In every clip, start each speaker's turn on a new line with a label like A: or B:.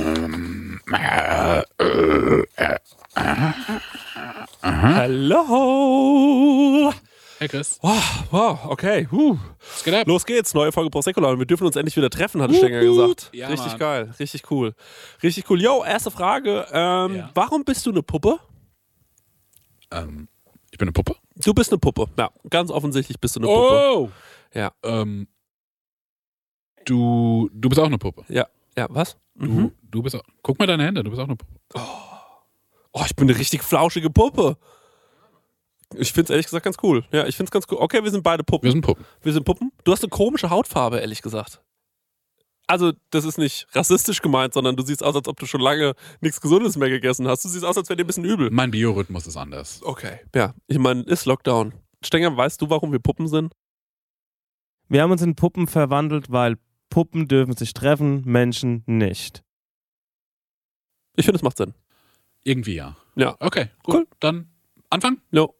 A: Hm? Hallo!
B: Hey Chris,
A: Wow, wow, okay. Huh.
B: was geht ab?
A: Los geht's, neue Folge Prosecco und wir dürfen uns endlich wieder treffen, hatte Stenger gesagt.
B: Ja,
A: richtig
B: Mann.
A: geil, richtig cool. Richtig cool. Yo, erste Frage. Ähm,
B: Ja.
A: Warum bist du eine Puppe?
B: Ähm, ich bin eine Puppe.
A: Du bist eine Puppe. Ja, ganz offensichtlich bist du eine Puppe.
B: Oh.
A: Ja.
B: Ähm, du, du bist auch eine Puppe.
A: Ja, ja, was?
B: Du,
A: Mhm.
B: du bist auch, guck mal deine Hände, du bist auch eine Puppe.
A: Oh, ich bin eine richtig flauschige Puppe. Ich find's ehrlich gesagt ganz cool. Ja, ich find's ganz cool. Okay, wir sind beide Puppen.
B: Wir sind Puppen.
A: Wir sind Puppen. Du hast eine komische Hautfarbe, ehrlich gesagt. Also, das ist nicht rassistisch gemeint, sondern du siehst aus, als ob du schon lange nichts Gesundes mehr gegessen hast. Du siehst aus, als wäre dir ein bisschen übel.
B: Mein Biorhythmus ist anders.
A: Okay. Ja, ich meine, ist Lockdown. Stenger, weißt du, warum wir Puppen sind?
C: Wir haben uns in Puppen verwandelt, weil Puppen dürfen sich treffen, Menschen nicht.
A: Ich finde, es macht Sinn.
B: Irgendwie ja.
A: Ja.
B: Okay, gut.
A: Cool.
B: Dann Anfang.
A: No.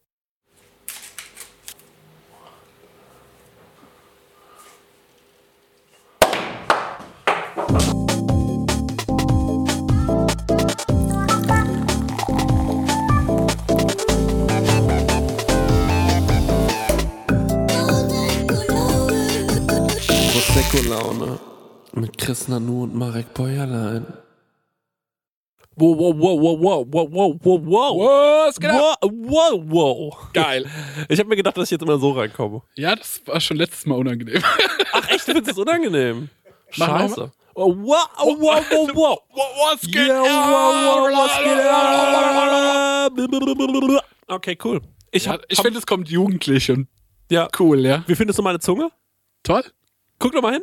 A: Prosecco-Laune mit Chris Nanu und Marek Bäuerlein. Wow, wow, wow, wow, wow, wow, wow, wow.
B: Was
A: Wow, wow, wow.
B: Genau. Geil.
A: Ich habe mir gedacht, dass ich jetzt immer so reinkomme.
B: Ja, das war schon letztes Mal unangenehm.
A: Ach echt, du findest es unangenehm.
B: Mach noch
A: Scheiße. Wow, wow, oh, wow, wow, wow.
B: Was
A: Yeah, wow, wow, was geht ab? Okay, cool. Ich
B: Ja,
A: hab,
B: ich
A: hab,
B: finde, es kommt jugendlich und
A: ja.
B: cool, ja.
A: Wie findest du meine Zunge?
B: Toll.
A: Guck doch mal hin.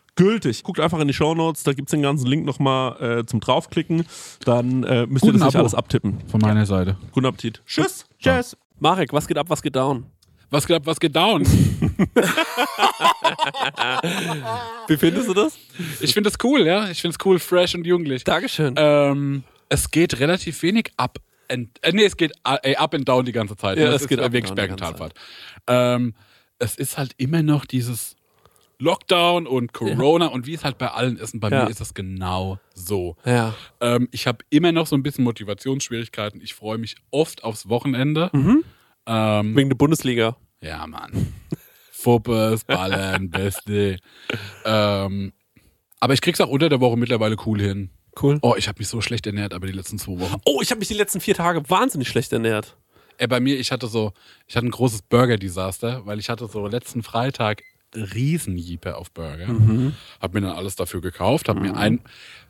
A: gültig. Guckt einfach in die Shownotes, da gibt's den ganzen Link nochmal äh, zum draufklicken. Dann äh, müsst ihr
B: Guten
A: das nicht
B: Abo.
A: alles abtippen.
B: Von meiner Seite.
A: Guten Appetit. Tschüss.
C: Tschüss.
A: Marek, was geht ab, was geht down?
B: Was geht ab, was geht down?
A: Wie findest du das?
B: Ich finde das cool, ja. Ich finde es cool, fresh und jugendlich.
A: Dankeschön.
B: Ähm, es geht relativ wenig ab. And, äh, nee, es geht äh, ey, up and down die ganze Zeit.
A: Ja,
B: Das
A: es
B: ist
A: geht up and
B: wirklich
A: down die ganze
B: Bergentalfahrt. Ähm, es ist halt immer noch dieses Lockdown und Corona und wie es halt bei allen ist. Und bei
A: Ja.
B: mir ist es genau so.
A: Ja.
B: Ähm, ich habe immer noch so ein bisschen Motivationsschwierigkeiten. Ich freue mich oft aufs Wochenende. Ähm,
A: Wegen der Bundesliga.
B: ja, Mann. Fuppes, Ballern, Beste. Ähm, aber ich krieg's auch unter der Woche mittlerweile cool hin.
A: Cool.
B: Oh, ich habe mich so schlecht ernährt, aber die letzten zwei Wochen.
A: Oh, ich habe mich die letzten vier Tage wahnsinnig schlecht ernährt.
B: Ey, bei mir, ich hatte so, ich hatte ein großes Burger-Desaster, weil ich hatte so letzten Freitag Riesenjeeper auf Burger.
A: Mhm.
B: Hab mir dann alles dafür gekauft, hab mir ein.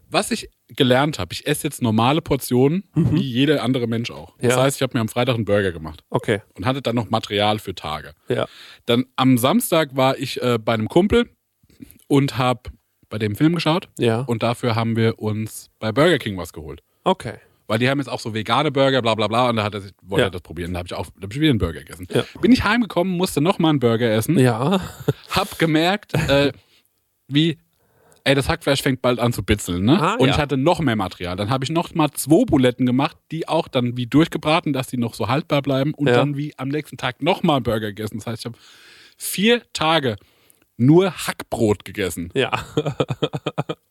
B: Was ich gelernt habe, ich esse jetzt normale Portionen, wie jeder andere Mensch auch. Das
A: Mhm. Ja.
B: heißt, ich habe mir am Freitag einen Burger gemacht
A: Okay.
B: und hatte dann noch Material für Tage.
A: Ja.
B: Dann am Samstag war ich äh, bei einem Kumpel und habe bei dem Film geschaut.
A: Ja.
B: Und dafür haben wir uns bei Burger King was geholt.
A: Okay.
B: Weil die haben jetzt auch so vegane Burger, bla bla bla. Und da hat er sich, wollte
A: Ja.
B: er das probieren. Da habe ich auch da hab ich wieder einen Burger gegessen.
A: Ja.
B: Bin ich heimgekommen, musste nochmal einen Burger essen.
A: Ja.
B: Hab gemerkt, äh, wie, ey, das Hackfleisch fängt bald an zu bitzeln. Ne?
A: Ah,
B: und
A: ja.
B: ich hatte noch mehr Material. Dann habe ich nochmal zwei Buletten gemacht, die auch dann wie durchgebraten, dass die noch so haltbar bleiben. Und
A: Ja.
B: dann wie am nächsten Tag nochmal einen Burger gegessen. Das heißt, ich habe vier Tage nur Hackbrot gegessen.
A: Ja.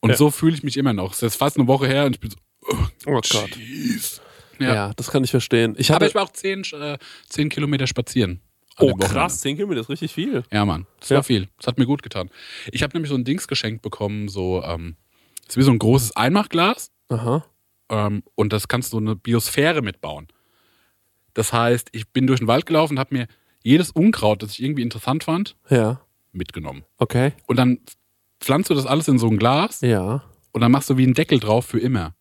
B: Und so fühle ich mich immer noch. Es ist fast eine Woche her und ich bin so,
A: Oh Gott.
B: jeez.
A: Ja.
B: Ja.
A: das kann ich verstehen. Ich
B: Aber
A: hatte,
B: ich war auch zehn, äh, zehn Kilometer spazieren. an
A: oh
B: dem Wochenende.
A: krass, 10 Kilometer ist richtig viel.
B: Ja, Mann. Das
A: Ja.
B: war viel. Das hat mir gut getan. Ich habe nämlich so ein Dings geschenkt bekommen, so, ähm, das ist wie so ein großes Einmachglas
A: Aha.
B: ähm, und das kannst du so eine Biosphäre mitbauen. Das heißt, ich bin durch den Wald gelaufen und habe mir jedes Unkraut, das ich irgendwie interessant fand,
A: Ja.
B: mitgenommen.
A: Okay.
B: Und dann pflanzt du das alles in so ein Glas
A: Ja.
B: und dann machst du wie einen Deckel drauf für immer.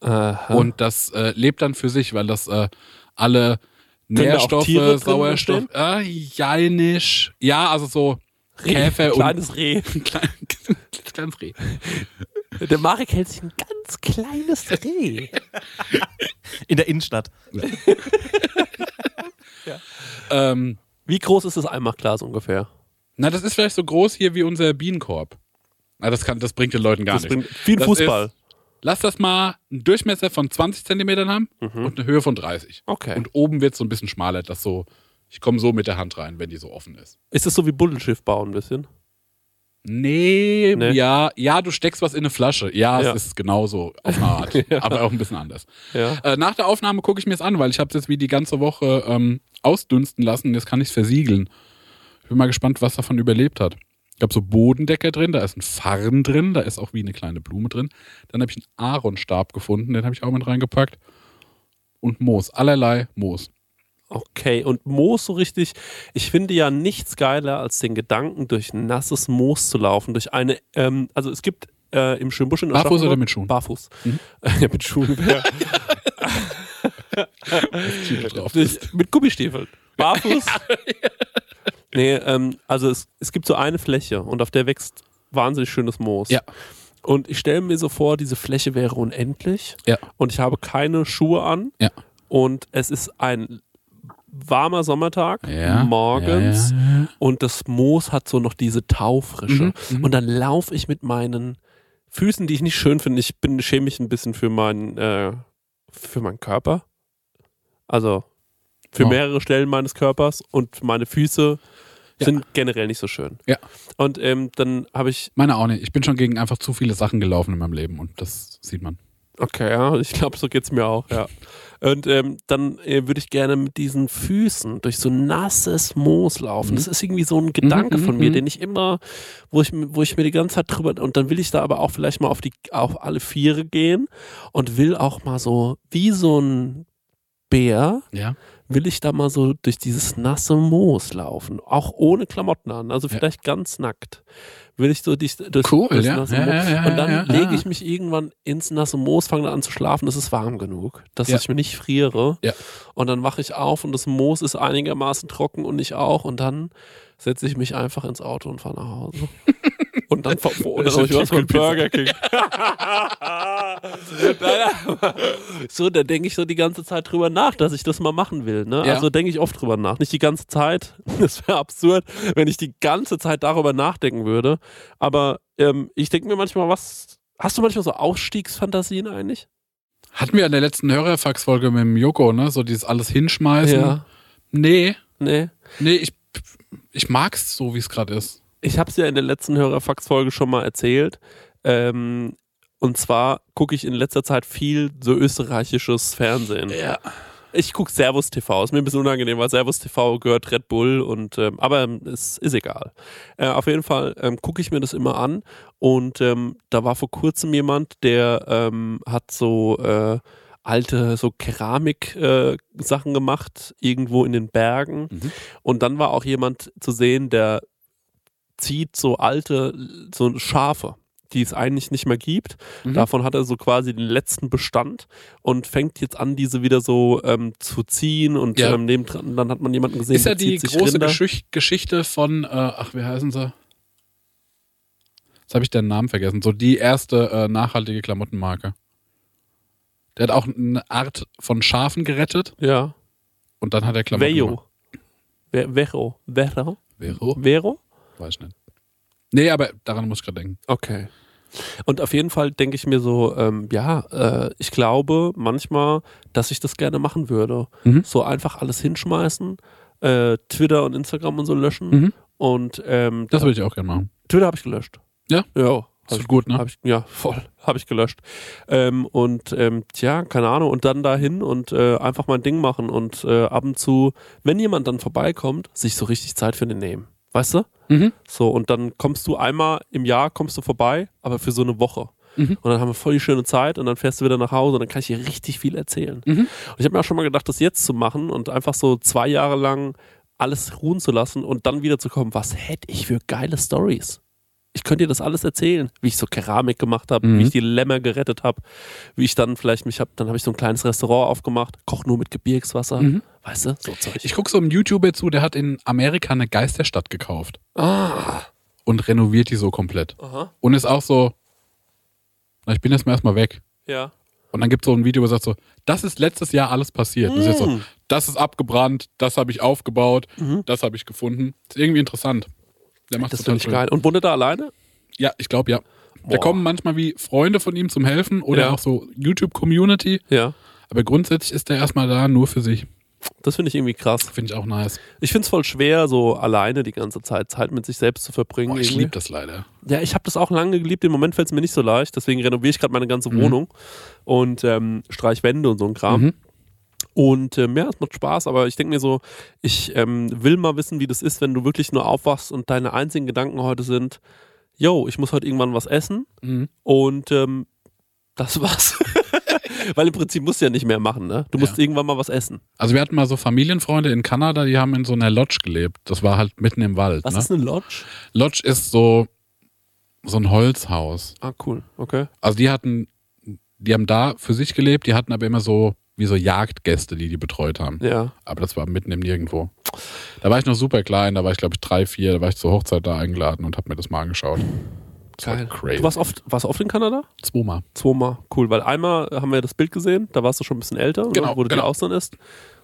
A: Aha.
B: Und das äh, lebt dann für sich, weil das äh, alle
A: da auch
B: Nährstoffe,
A: Tiere drin
B: Sauerstoff, äh, jeinisch, ja, also so Käfer und
A: Kleines Reh.
B: klein, kleines Reh.
A: Der Marek hält sich ein ganz kleines Reh.
C: In der Innenstadt.
B: Ähm,
A: Wie groß ist das Einmachglas ungefähr?
B: na, das ist vielleicht so groß hier wie unser Bienenkorb. Na, das, kann, das bringt den Leuten gar
A: Das
B: nichts.
A: bringt viel
B: Das
A: Fußball.
B: Ist, lass das mal einen Durchmesser von 20 Zentimetern haben
A: Mhm.
B: und eine Höhe von 30.
A: Okay.
B: Und oben wird es so ein bisschen schmaler, dass so, ich komme so mit der Hand rein, wenn die so offen ist.
A: Ist das so wie Buddelschiff bauen ein bisschen?
B: Nee,
A: Nee.
B: ja, ja, du steckst was in eine Flasche. Ja,
A: Ja.
B: es ist genauso auf eine Art, aber auch ein bisschen anders.
A: Ja.
B: Äh, nach der Aufnahme gucke ich mir es an, weil ich habe es jetzt wie die ganze Woche ähm, ausdünsten lassen und jetzt kann ich es versiegeln. Ich bin mal gespannt, was davon überlebt hat. Ich habe so Bodendecker drin, da ist ein Farn drin, da ist auch wie eine kleine Blume drin. Dann habe ich einen Aaronstab gefunden, den habe ich auch mit reingepackt. Und Moos, allerlei Moos.
A: Okay, und Moos so richtig. Ich finde ja nichts geiler, als den Gedanken, durch nasses Moos zu laufen. Durch eine, ähm, also es gibt äh, im Schönbusch in
B: Barfuß
A: Aschaffenburg-
B: oder mit Schuhen? Mhm.
A: Barfuß. ja, mit Schuhen. Ja.
B: Schiebe drauf.
A: Durch, mit Gummistiefeln. Barfuß. nee, ähm, also es, es gibt so eine Fläche und auf der wächst wahnsinnig schönes Moos.
B: Ja.
A: Und ich stelle mir so vor, diese Fläche wäre unendlich
B: Ja,
A: und ich habe keine Schuhe an
B: ja.
A: und es ist ein warmer Sommertag
B: Ja,
A: morgens
B: ja, ja, ja.
A: und das Moos hat so noch diese Taufrische.
B: Mhm, mhm.
A: Und dann laufe ich mit meinen Füßen, die ich nicht schön finde. Ich bin schäme mich ein bisschen für meinen äh, für meinen Körper. Also für
B: Ja.
A: mehrere Stellen meines Körpers und meine Füße
B: Ja.
A: sind generell nicht so schön.
B: Ja.
A: Und ähm, dann habe ich
B: Meine auch nicht. Ich bin schon gegen einfach zu viele Sachen gelaufen in meinem Leben und das sieht man.
A: Okay, ja, ich glaube, so geht's mir auch, ja. Und ähm, dann äh, würde ich gerne mit diesen Füßen durch so nasses Moos laufen. Das ist irgendwie so ein Gedanke
B: Mhm,
A: von
B: mhm,
A: mir,
B: mhm.
A: den ich immer, wo ich, m- wo ich mir die ganze Zeit drüber, und dann will ich da aber auch vielleicht mal auf die, auf alle Viere gehen und will auch mal so, wie so ein Bär,
B: Ja.
A: will ich da mal so durch dieses nasse Moos laufen. Auch ohne Klamotten an, also
B: Ja.
A: vielleicht ganz nackt. Will ich so durch, durch
B: Cool,
A: durchs
B: ja.
A: nasse
B: Ja,
A: Moos.
B: ja, ja,
A: Und dann
B: ja, ja.
A: lege ich mich irgendwann ins nasse Moos, fange dann an zu schlafen, es ist warm genug, dass
B: Ja.
A: ich mir nicht friere.
B: Ja.
A: Und dann wache ich auf und das Moos ist einigermaßen trocken und ich auch. Und dann setze ich mich einfach ins Auto und fahre nach Hause. Und dann ver- und dann
D: Das
A: hab ich
D: ist
A: was
D: ein
A: von
D: Tipp von
A: Burger King. Nein, aber- so, da denke ich so die ganze Zeit drüber nach, dass ich das mal machen will. Ne?
B: Ja.
A: Also denke ich oft drüber nach. Nicht die ganze Zeit. Das wäre absurd, wenn ich die ganze Zeit darüber nachdenken würde. Aber ähm, ich denke mir manchmal, was. Hast du manchmal so Ausstiegsfantasien eigentlich?
B: Hatten wir in der letzten Hörerfax-Folge mit dem Joko, ne? So dieses alles hinschmeißen. Nee,
A: Nee.
B: nee, ich, ich mag's so, wie es gerade ist.
A: Ich habe es ja in der letzten Hörerfax-Folge schon mal erzählt. Ähm, und zwar gucke ich in letzter Zeit viel so österreichisches Fernsehen.
B: Ja.
A: Ich gucke Servus TV. Ist mir ein bisschen unangenehm, weil Servus TV gehört Red Bull und ähm, aber ähm, es ist egal. Äh, auf jeden Fall ähm, gucke ich mir das immer an und ähm, da war vor kurzem jemand, der ähm, hat so äh, alte so Keramik äh, Sachen gemacht irgendwo in den Bergen
B: Mhm.
A: und dann war auch jemand zu sehen, der zieht so alte so Schafe, die es eigentlich nicht mehr gibt.
B: Mhm.
A: Davon hat er so quasi den letzten Bestand und fängt jetzt an, diese wieder so ähm, zu ziehen und
B: Ja.
A: ähm, nebendran, dann hat man jemanden gesehen,
B: Ist ja
A: der
B: die
A: zieht sich
B: große
A: Rinder.
B: Geschicht- Geschichte von, äh, ach, wie heißen sie? Jetzt habe ich den Namen vergessen. So die erste äh, nachhaltige Klamottenmarke. Der hat auch eine Art von Schafen gerettet
A: Ja.
B: und dann hat er Klamotten.
A: Vejo.
B: gemacht.
A: Ve- Vero. Vero.
B: Vero?
A: Vero?
B: Weiß ich nicht. Nee, aber daran muss ich gerade denken.
A: Okay. Und auf jeden Fall denke ich mir so, ähm, ja, äh, ich glaube manchmal, dass ich das gerne machen würde.
B: Mhm.
A: So einfach alles hinschmeißen, äh, Twitter und Instagram und so löschen.
B: Mhm.
A: Und ähm,
B: Das würde ich auch gerne machen.
A: Twitter habe ich gelöscht.
B: Ja?
A: Ja. Hab
B: Ist
A: ich,
B: gut, ne?
A: hab ich, ja, voll. Habe ich gelöscht. Ähm, und ähm, tja, keine Ahnung. Und dann dahin und äh, einfach mein Ding machen und äh, ab und zu, wenn jemand dann vorbeikommt, sich so richtig Zeit für den nehmen. Weißt du?
B: Mhm.
A: So, und dann kommst du einmal im Jahr kommst du vorbei, aber für so eine Woche.
B: Mhm.
A: Und dann haben wir voll die schöne Zeit und dann fährst du wieder nach Hause und dann kann ich dir richtig viel erzählen.
B: Mhm.
A: Und ich habe mir auch schon mal gedacht, das jetzt zu machen und einfach so zwei Jahre lang alles ruhen zu lassen und dann wieder zu kommen, was hätte ich für geile Stories? Ich könnte dir das alles erzählen, wie ich so Keramik gemacht habe,
B: Mhm.
A: wie ich die Lämmer gerettet habe, wie ich dann vielleicht mich habe, dann habe ich so ein kleines Restaurant aufgemacht, koch nur mit Gebirgswasser,
B: Mhm.
A: weißt du, so Zeug.
B: Ich gucke so einem YouTuber zu, der hat in Amerika eine Geisterstadt gekauft
A: ah,
B: und renoviert die so komplett.
A: aha,
B: Und ist auch so, na, ich bin jetzt mal erstmal weg.
A: ja.
B: Und dann gibt es so ein Video, wo er sagt so, das ist letztes Jahr alles passiert. Und Das, ist jetzt so,
A: Mhm.
B: das ist abgebrannt, das habe ich aufgebaut,
A: Mhm.
B: das habe ich gefunden. Ist irgendwie interessant. Der macht
A: Das
B: total
A: finde ich
B: schön.
A: geil. Und wohnt ihr da alleine?
B: Ja, ich glaube ja. Da
A: Boah.
B: kommen manchmal wie Freunde von ihm zum Helfen oder
A: Ja.
B: auch so YouTube-Community.
A: Ja,
B: Aber grundsätzlich ist der erstmal da, nur für sich.
A: das finde ich irgendwie krass.
B: Finde ich auch nice.
A: Ich finde es voll schwer, so alleine die ganze Zeit Zeit mit sich selbst zu verbringen.
B: Boah, ich
A: irgendwie.
B: liebe das leider.
A: Ja, ich habe das auch lange geliebt. Im Moment fällt es mir nicht so leicht. Deswegen renoviere ich gerade meine ganze Wohnung und ähm, streich Wände und so ein Kram.
B: Mhm.
A: Und ähm, ja, es macht Spaß, aber ich denke mir so, ich ähm, will mal wissen, wie das ist, wenn du wirklich nur aufwachst und deine einzigen Gedanken heute sind, yo, ich muss heute irgendwann was essen
B: Mhm.
A: und ähm, das war's. Weil im Prinzip musst du ja nicht mehr machen, ne? Du musst
B: Ja.
A: irgendwann mal was essen.
B: Also wir hatten mal so Familienfreunde in Kanada, die haben in so einer Lodge gelebt. Das war halt mitten im Wald.
A: Was
B: Ne?
A: ist eine Lodge?
B: Lodge ist so, so ein Holzhaus.
A: Ah, cool. Okay.
B: Also die hatten, die haben da für sich gelebt, die hatten aber immer so, wie so Jagdgäste, die die betreut haben.
A: Ja.
B: Aber das war mitten im Nirgendwo. Da war ich noch super klein, da war ich glaube ich drei, vier, da war ich zur Hochzeit da eingeladen und habe mir das mal angeschaut. Das war crazy.
A: Du warst oft, warst du oft in Kanada?
B: Zweimal.
A: Zweimal. Cool, weil einmal haben wir das Bild gesehen, da warst du schon ein bisschen älter,
B: Genau,
A: ne? wo du
B: genau.
A: die Austern ist.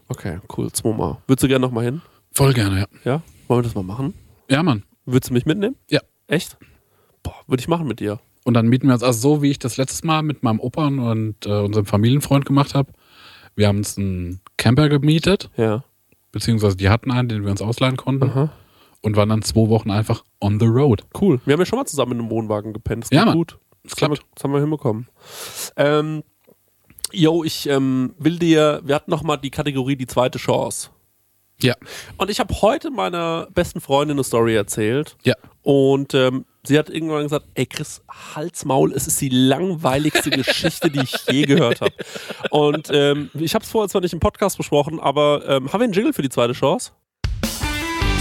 A: Okay, cool, zweimal. Würdest du gerne nochmal hin?
B: Voll gerne, ja.
A: Ja? Wollen wir das mal machen?
B: Ja, Mann.
A: Würdest du mich mitnehmen?
B: Ja.
A: Echt? Boah, würde ich machen mit dir.
B: Und dann mieten wir uns, also so wie ich das letztes Mal mit meinem Opa und äh, unserem Familienfreund gemacht habe. Wir haben uns einen Camper gemietet,
A: Ja.
B: beziehungsweise die hatten einen, den wir uns ausleihen konnten
A: Aha.
B: und waren dann zwei Wochen einfach on the road.
A: Cool. Wir haben ja schon mal zusammen in einem Wohnwagen gepennt. Das
B: Ja,
A: geht
B: Mann.
A: gut.
B: Das
A: Das haben, wir,
B: klappt.
A: das haben wir hinbekommen. Ähm, yo, ich ähm, will dir, wir hatten nochmal die Kategorie die zweite Chance.
B: Ja.
A: Und ich habe heute meiner besten Freundin eine Story erzählt.
B: Ja.
A: Und ähm, sie hat irgendwann gesagt, ey Chris, Halsmaul, es ist die langweiligste Geschichte, die ich je gehört habe. Und ähm, ich habe es vorher zwar nicht im Podcast besprochen, aber ähm, haben wir einen Jingle für die zweite Chance?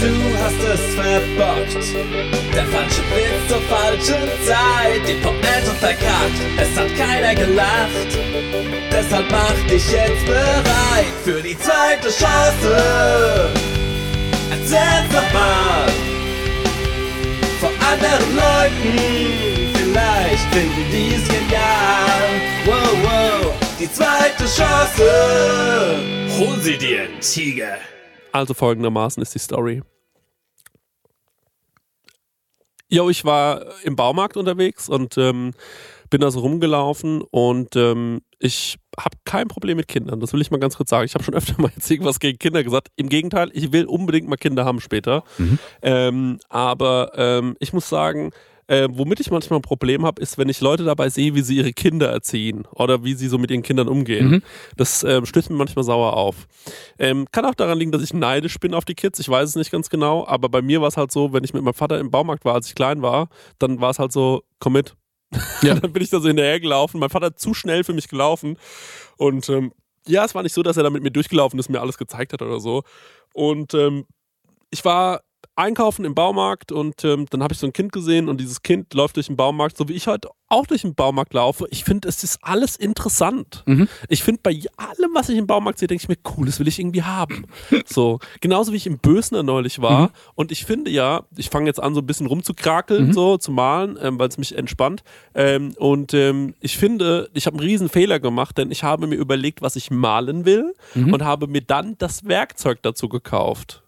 E: Du hast es verbockt. Der falsche Witz zur falschen Zeit. Die Pointe verkackt. Es hat keiner gelacht. Deshalb mach dich jetzt bereit für die zweite Chance. Erzähl's nochmal. Vor anderen Leuten. Vielleicht finden die's genial. Wow, wow. Die zweite Chance. Hol sie dir, Tiger.
A: Also folgendermaßen ist die Story. Jo, ich war im Baumarkt unterwegs und ähm, bin da so rumgelaufen und ähm, ich habe kein Problem mit Kindern. Das will ich mal ganz kurz sagen. Ich habe schon öfter mal jetzt irgendwas gegen Kinder gesagt. Im Gegenteil, ich will unbedingt mal Kinder haben später. Ähm, aber ähm, ich muss sagen, äh, womit ich manchmal ein Problem habe, ist, wenn ich Leute dabei sehe, wie sie ihre Kinder erziehen oder wie sie so mit ihren Kindern
B: Mhm.
A: umgehen. Das ähm, stößt mir manchmal sauer auf. Ähm, kann auch daran liegen, dass ich neidisch bin auf die Kids. Ich weiß es nicht ganz genau, aber bei mir war es halt so, wenn ich mit meinem Vater im Baumarkt war, als ich klein war, dann war es halt so, komm mit.
B: Ja.
A: dann bin ich da so hinterhergelaufen. Mein Vater hat zu schnell für mich gelaufen. Und ähm, ja, es war nicht so, dass er da mit mir durchgelaufen ist, mir alles gezeigt hat oder so. Und ähm, ich war einkaufen im Baumarkt und ähm, dann habe ich so ein Kind gesehen und dieses Kind läuft durch den Baumarkt, so wie ich heute auch durch den Baumarkt laufe. Ich finde, es ist alles interessant. Ich finde, bei allem, was ich im Baumarkt sehe, denke ich mir, cool, das will ich irgendwie haben. so, genauso wie ich im Bösner neulich war. Und ich finde ja, ich fange jetzt an, so ein bisschen rumzukrakeln, so zu malen, ähm, weil es mich entspannt. Ähm, und ähm, ich finde, ich habe einen riesen Fehler gemacht, denn ich habe mir überlegt, was ich malen will und habe mir dann das Werkzeug dazu gekauft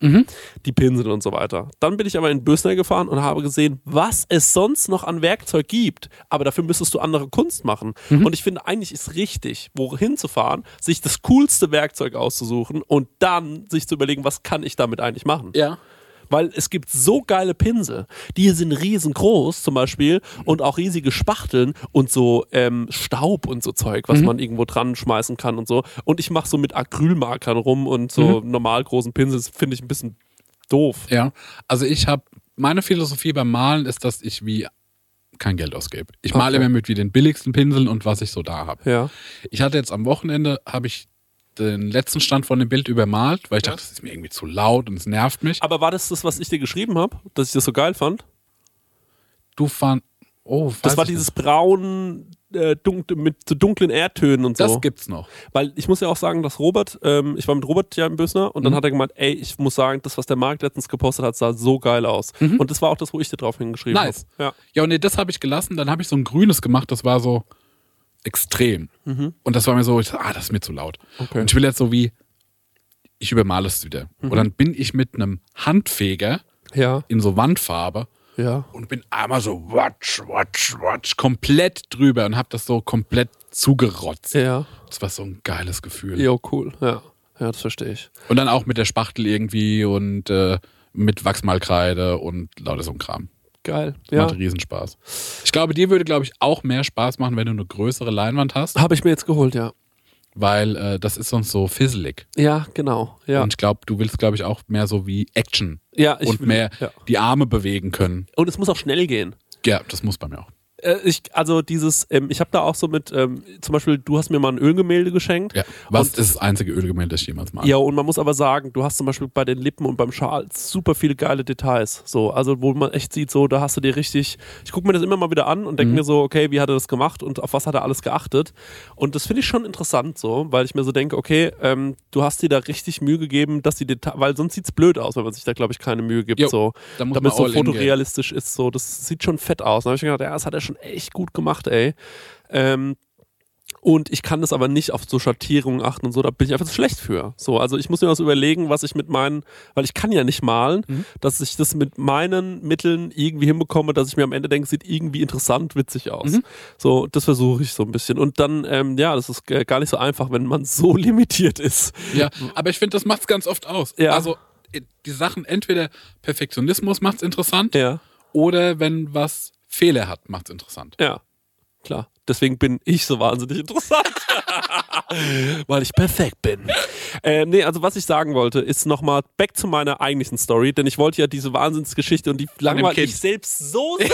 A: die Pinsel und so weiter. Dann bin ich aber in Bösner gefahren und habe gesehen, was es sonst noch an Werkzeug gibt. Aber dafür müsstest du andere Kunst machen. Und ich finde, eigentlich ist richtig, wohin zu fahren, sich das coolste Werkzeug auszusuchen und dann sich zu überlegen, was kann ich damit eigentlich machen.
B: Ja.
A: Weil es gibt so geile Pinsel, die sind riesengroß zum Beispiel und auch riesige Spachteln und so ähm, Staub und so Zeug,
B: Mhm.
A: was man irgendwo dran schmeißen kann und so. Und ich mache so mit Acrylmarkern rum und so
B: Mhm.
A: normal großen Pinsel, das finde ich ein bisschen doof.
B: Ja, also ich habe, meine Philosophie beim Malen ist, dass ich wie kein Geld ausgebe. Ich male
A: Okay.
B: immer mit wie den billigsten Pinseln und was ich so da habe.
A: Ja.
B: Ich hatte jetzt am Wochenende, habe ich den letzten Stand von dem Bild übermalt, weil ich dachte, das ist mir irgendwie zu laut und es nervt mich.
A: Aber war das das, was ich dir geschrieben habe, dass ich das so geil fand?
B: Du fand, oh, weiß
A: Das war
B: ich nicht.
A: dieses braun äh, dunkel, mit so dunklen Erdtönen und so.
B: Das gibt's noch.
A: Weil ich muss ja auch sagen, dass Robert, ähm, ich war mit Robert ja im Bösner und dann hat er gemeint, ey, ich muss sagen, das, was der Markt letztens gepostet hat, sah so geil aus. Und das war auch das, wo ich dir drauf hingeschrieben habe.
B: Nice.
A: Ja.
B: Ja, und nee, das habe ich gelassen. Dann habe ich so ein grünes gemacht, das war so extrem. Und das war mir so, ich, dachte, ah, das ist mir zu laut.
A: Mhm. Okay. Mhm.
B: Und ich will jetzt so wie, ich übermale es wieder. Und dann bin ich mit einem Handfeger
A: Ja.
B: in so Wandfarbe
A: Ja.
B: und bin einmal so watsch, watsch, watsch, komplett drüber und habe das so komplett zugerotzt.
A: Ja.
B: Das war so ein geiles Gefühl.
A: Jo, cool. Ja. Ja, das verstehe ich.
B: Und dann auch mit der Spachtel irgendwie und äh, mit Wachsmalkreide und lauter so ein Kram.
A: Geil.
B: Ja.
A: Ja.
B: Macht Riesenspaß. Ich glaube, dir würde, glaube ich, auch mehr Spaß machen, wenn du eine größere Leinwand hast,
A: Habe ich mir jetzt geholt, ja.
B: weil äh, das ist sonst so fizzelig.
A: Ja, genau. Ja.
B: Und ich glaube, du willst, glaube ich, auch mehr so wie Action
A: ja, ich
B: und
A: will-
B: mehr
A: Ja.
B: die Arme bewegen können.
A: Und es muss auch schnell gehen.
B: Ja, das muss bei mir auch.
A: Äh, ich, also dieses, ähm, ich habe da auch so mit, ähm, zum Beispiel, du hast mir mal ein Ölgemälde geschenkt.
B: Ja. Was
A: Und-
B: ist das einzige Ölgemälde, das ich jemals mag?
A: Ja, und man muss aber sagen, du hast zum Beispiel bei den Lippen und beim Schal super viele geile Details. So, also wo man echt sieht, so, da hast du dir richtig. Ich gucke mir das immer mal wieder an und denke mir so, okay, wie hat er das gemacht und auf was hat er alles geachtet? Und das finde ich schon interessant so, weil ich mir so denke, okay, ähm, du hast dir da richtig Mühe gegeben, dass die Details, weil sonst sieht's blöd aus, wenn man sich da, glaube ich, keine Mühe gibt.
B: Jo,
A: so,
B: da muss
A: damit
B: man
A: es so
B: all in gehen.
A: fotorealistisch ist, so, das sieht schon fett aus. Dann habe ich mir gedacht, ja, das hat er schon echt gut gemacht, ey. Ähm, und ich kann das aber nicht auf so Schattierungen achten und so, da bin ich einfach zu schlecht für. So, also ich muss mir was überlegen, was ich mit meinen, weil ich kann ja nicht malen, dass ich das mit meinen Mitteln irgendwie hinbekomme, dass ich mir am Ende denke, sieht irgendwie interessant, witzig aus. So, das versuche ich so ein bisschen. Und dann, ähm, ja, das ist äh, gar nicht so einfach, wenn man so limitiert ist.
B: Ja, aber ich finde, das macht's ganz oft aus.
A: Ja.
B: Also äh, die Sachen, entweder Perfektionismus macht's interessant
A: Ja,
B: oder wenn was Fehler hat, macht's interessant.
A: ja, klar. Deswegen bin ich so wahnsinnig interessant. Weil ich perfekt bin. Äh, nee, also was ich sagen wollte, ist nochmal back zu meiner eigentlichen Story, denn ich wollte ja diese Wahnsinnsgeschichte und die langweilt
D: Kind.
A: mich selbst so sehr,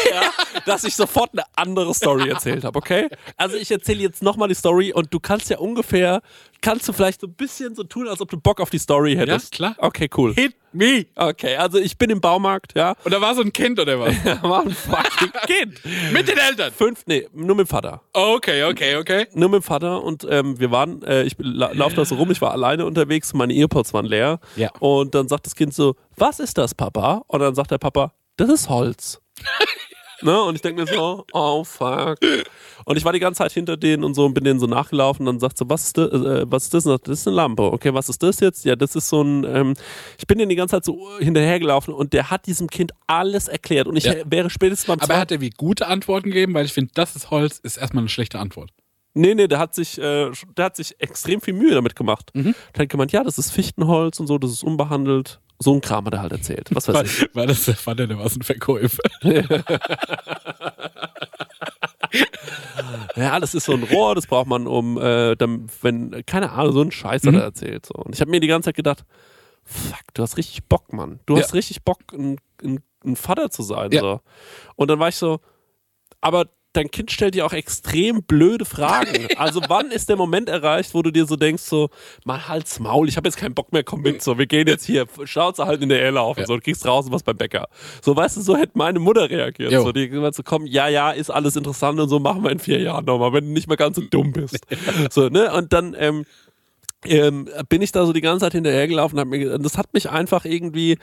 A: dass ich sofort eine andere Story erzählt habe, okay? Also ich erzähle jetzt nochmal die Story und du kannst ja ungefähr, kannst du vielleicht so ein bisschen so tun, als ob du Bock auf die Story hättest.
B: klar.
A: Okay, cool.
B: Hit me!
A: Okay, also ich bin im Baumarkt, ja.
B: Und da war so ein Kind oder was?
A: Da war ein fucking Kind.
B: Mit den Eltern.
A: Fünf, nee, nur mit dem Vater.
B: Okay, okay, okay.
A: Nur mit dem Vater und ähm, wir waren, äh, ich la lauf da so rum, ich war alleine unterwegs, meine Earpods waren leer.
B: Ja.
A: Und dann sagt das Kind so, was ist das, Papa? Und dann sagt der Papa, das ist Holz. ne? Und ich denke mir so, oh fuck. Und ich war die ganze Zeit hinter denen und so und bin denen so nachgelaufen. Und dann sagt sie, was ist das? Äh, was ist das? Und sagt, das ist eine Lampe. Okay, was ist das jetzt? Ja, das ist so ein. Ähm, ich bin denen die ganze Zeit so hinterhergelaufen und der hat diesem Kind alles erklärt. Und ich
B: Ja.
A: wäre spätestens beim
B: Aber hat er wie gute Antworten gegeben? Weil ich finde, das ist Holz, ist erstmal eine schlechte Antwort.
A: Nee, nee, der hat sich, äh, der hat sich extrem viel Mühe damit gemacht. Der hat gemeint, ja, das ist Fichtenholz und so, das ist unbehandelt. So ein Kram hat er halt erzählt. Was weiß
B: War,
A: ich.
B: war das der Vater, der war so ein Verkäufer?
A: Ja, das ist so ein Rohr, das braucht man um, äh, dann, wenn, keine Ahnung, so ein Scheiß hat er erzählt. So. Und ich habe mir die ganze Zeit gedacht, fuck, du hast richtig Bock, Mann. Du
B: Ja.
A: hast richtig Bock, ein, ein, ein Vater zu sein.
B: Ja.
A: So. Und dann war ich so, aber dein Kind stellt dir auch extrem blöde Fragen. Also wann ist der Moment erreicht, wo du dir so denkst, so, mal halt's Maul, ich habe jetzt keinen Bock mehr, komm mit, so, wir gehen jetzt hier, schaut's halt in der Elle auf und so, du kriegst draußen was beim Bäcker. So, weißt du, so hätte meine Mutter reagiert.
B: Jo.
A: So, die gesagt so, komm, ja, ja, ist alles interessant und so, machen wir in vier Jahren nochmal, wenn du nicht mehr ganz so dumm bist. So, ne, und dann, ähm, ähm, bin ich da so die ganze Zeit hinterhergelaufen. Hab mir, ge- das hat mich einfach irgendwie,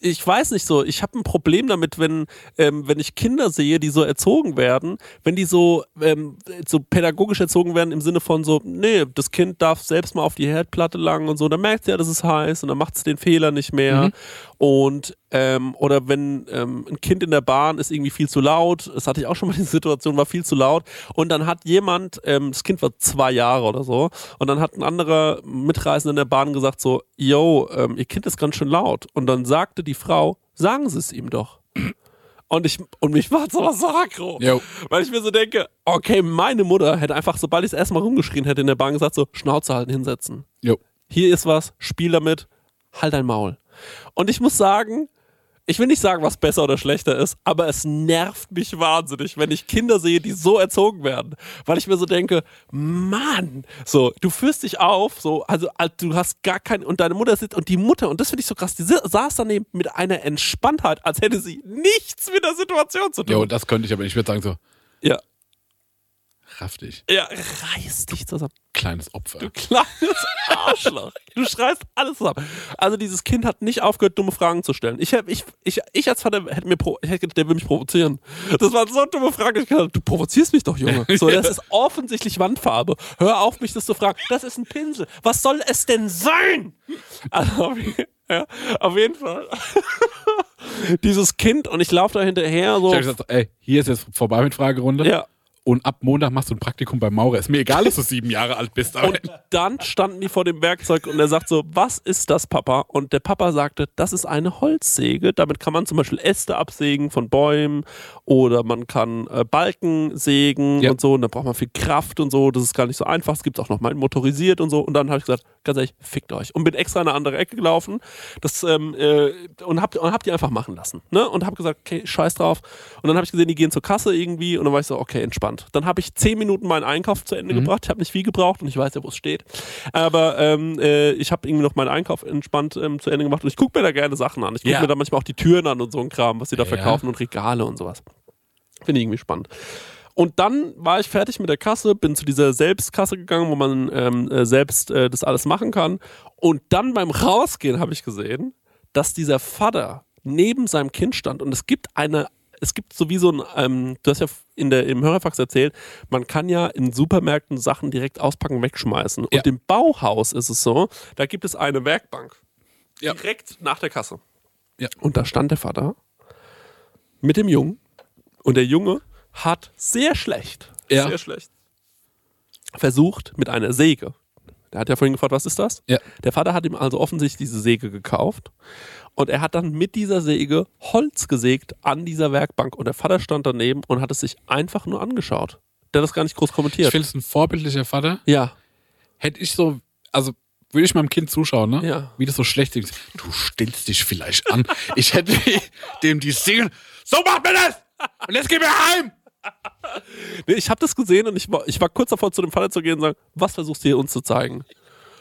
A: ich weiß nicht so, ich habe ein Problem damit, wenn, ähm, wenn ich Kinder sehe, die so erzogen werden, wenn die so, ähm, so pädagogisch erzogen werden im Sinne von so, nee, das Kind darf selbst mal auf die Herdplatte langen und so, dann merkt es ja, dass es heiß und dann macht es den Fehler nicht mehr. Und ähm, oder wenn ähm, ein Kind in der Bahn ist irgendwie viel zu laut, das hatte ich auch schon mal die Situation, war viel zu laut und dann hat jemand, ähm, das Kind war zwei Jahre oder so und dann hat ein anderer Mitreisender in der Bahn gesagt so, yo, ähm, ihr Kind ist ganz schön laut und dann sagte die Frau, sagen Sie es ihm doch. Und, ich, und mich war sowas so aggro.
B: Jo.
A: Weil ich mir so denke, okay, meine Mutter hätte einfach, sobald ich es erstmal rumgeschrien hätte in der Bahn, gesagt so, Schnauze halten, hinsetzen
B: Jo.
A: hier ist was, spiel damit, halt dein Maul. Und ich muss sagen, ich will nicht sagen, was besser oder schlechter ist, aber es nervt mich wahnsinnig, wenn ich Kinder sehe, die so erzogen werden. Weil ich mir so denke, Mann, so, du führst dich auf, so, also als du hast gar kein, und deine Mutter sitzt, und die Mutter, und das finde ich so krass, die si- saß daneben mit einer Entspanntheit, als hätte sie nichts mit der Situation zu
B: Jo,
A: tun.
B: das könnte ich aber. Ich würde sagen so,
A: Ja,
B: raff dich.
A: ja, reiß dich zusammen.
B: Kleines Opfer.
A: Du kleines Arschloch. Du schreist alles zusammen. Also dieses Kind hat nicht aufgehört, dumme Fragen zu stellen. Ich, hab, ich, ich, ich als Vater hätte mir pro, ich hätte gedacht, der will mich provozieren. Das waren so dumme Fragen. Ich dachte, du provozierst mich doch, Junge. So, das ist offensichtlich Wandfarbe. Hör auf, mich das zu fragen. Das ist ein Pinsel. Was soll es denn sein? Also, auf je- ja, auf jeden Fall. dieses Kind und ich laufe da hinterher
B: Ich
A: so.
B: habe gesagt, so, ey, hier ist jetzt vorbei mit Fragerunde.
A: Ja.
B: Und ab Montag machst du ein Praktikum bei Maurer. Ist mir egal, dass du sieben Jahre alt bist. Aber
A: Und dann standen die vor dem Werkzeug und er sagt so, was ist das, Papa? Und der Papa sagte, das ist eine Holzsäge. Damit kann man zum Beispiel Äste absägen von Bäumen oder man kann äh, Balken sägen
B: Ja.
A: und so. Und da braucht man viel Kraft und so. Das ist gar nicht so einfach. Es gibt auch noch mal motorisiert und so. Und dann habe ich gesagt, ganz ehrlich, fickt euch. Und bin extra in eine andere Ecke gelaufen das, ähm, äh, und, hab, und hab die einfach machen lassen. Ne? Und hab gesagt, okay, scheiß drauf. Und dann habe ich gesehen, die gehen zur Kasse irgendwie und dann war ich so, okay, entspannt. Dann habe ich zehn Minuten meinen Einkauf zu Ende gebracht. Ich habe nicht viel gebraucht und ich weiß ja, wo es steht. Aber ähm, äh, ich habe irgendwie noch meinen Einkauf entspannt ähm, zu Ende gemacht und ich gucke mir da gerne Sachen an. Ich gucke
B: Ja.
A: mir da manchmal auch die Türen an und so ein Kram, was sie da
B: Ja.
A: verkaufen und Regale und sowas. Finde ich irgendwie spannend. Und dann war ich fertig mit der Kasse, bin zu dieser Selbstkasse gegangen, wo man ähm, äh, selbst äh, das alles machen kann. Und dann beim Rausgehen habe ich gesehen, dass dieser Vater neben seinem Kind stand. Und es gibt eine, es gibt so wie so ein, ähm, du hast ja in der, im Hörerfax erzählt, man kann ja in Supermärkten Sachen direkt auspacken, wegschmeißen.
B: Ja.
A: Und im Bauhaus ist es so, da gibt es eine Werkbank.
B: Ja.
A: Direkt nach der Kasse.
B: Ja.
A: Und da stand der Vater mit dem Jungen. Und der Junge hat sehr schlecht,
B: Ja.
A: sehr schlecht versucht mit einer Säge. Der hat ja vorhin gefragt, was ist das?
B: Ja.
A: Der Vater hat ihm also offensichtlich diese Säge gekauft und er hat dann mit dieser Säge Holz gesägt an dieser Werkbank und der Vater stand daneben und hat es sich einfach nur angeschaut. der hat das gar nicht groß
B: Ich
A: kommentiert.
B: finde es ein vorbildlicher Vater.
A: Ja,
B: Hätte ich so, also würde ich meinem Kind zuschauen, ne?
A: Ja.
B: Wie das so schlecht ist. Du stellst dich vielleicht an. Ich hätte dem die Single. So macht man das! Und jetzt gehen wir heim!
A: Nee, ich habe das gesehen und ich war, ich war kurz davor, zu dem Vater zu gehen und sagen, was versuchst du hier uns zu zeigen?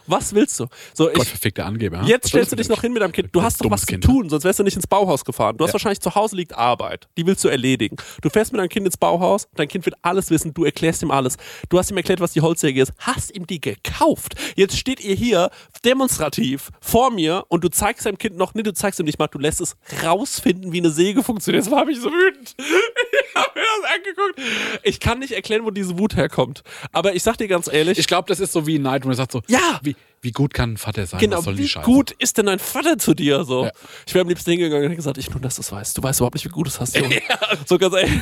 A: Was willst du? So,
B: Gott,
A: ich,
B: verfickter Angeber. ha?
A: jetzt
B: Was
A: stellst du
B: soll das
A: dich noch
B: denn?
A: hin mit deinem Kind. Du hast doch
B: Dummes
A: was zu
B: Kind.
A: tun, sonst wärst du nicht ins Bauhaus gefahren. Du hast
B: Ja.
A: wahrscheinlich zu Hause liegt Arbeit. Die willst du erledigen. Du fährst mit deinem Kind ins Bauhaus, dein Kind wird alles wissen, du erklärst ihm alles. Du hast ihm erklärt, was die Holzsäge ist, hast ihm die gekauft. Jetzt steht ihr hier demonstrativ vor mir und du zeigst deinem Kind noch, nee, du zeigst ihm nicht mal, du lässt es rausfinden, wie eine Säge funktioniert. Das war mich so wütend. Ich habe mir das angeguckt. Ich kann nicht erklären, wo diese Wut herkommt. Aber ich sag dir ganz ehrlich,
B: Ich glaube, das ist so wie Neid, wo er sagt so,
A: Ja.
B: wie, wie gut kann ein Vater sein?
A: Genau,
B: was soll die
A: wie
B: Scheiße?
A: gut ist denn dein Vater zu dir? So.
B: Ja.
A: Ich wäre am liebsten hingegangen und hätte gesagt, ich nur, dass du es weißt. Du weißt überhaupt nicht, wie gut es hast. Junge. So ganz ehrlich.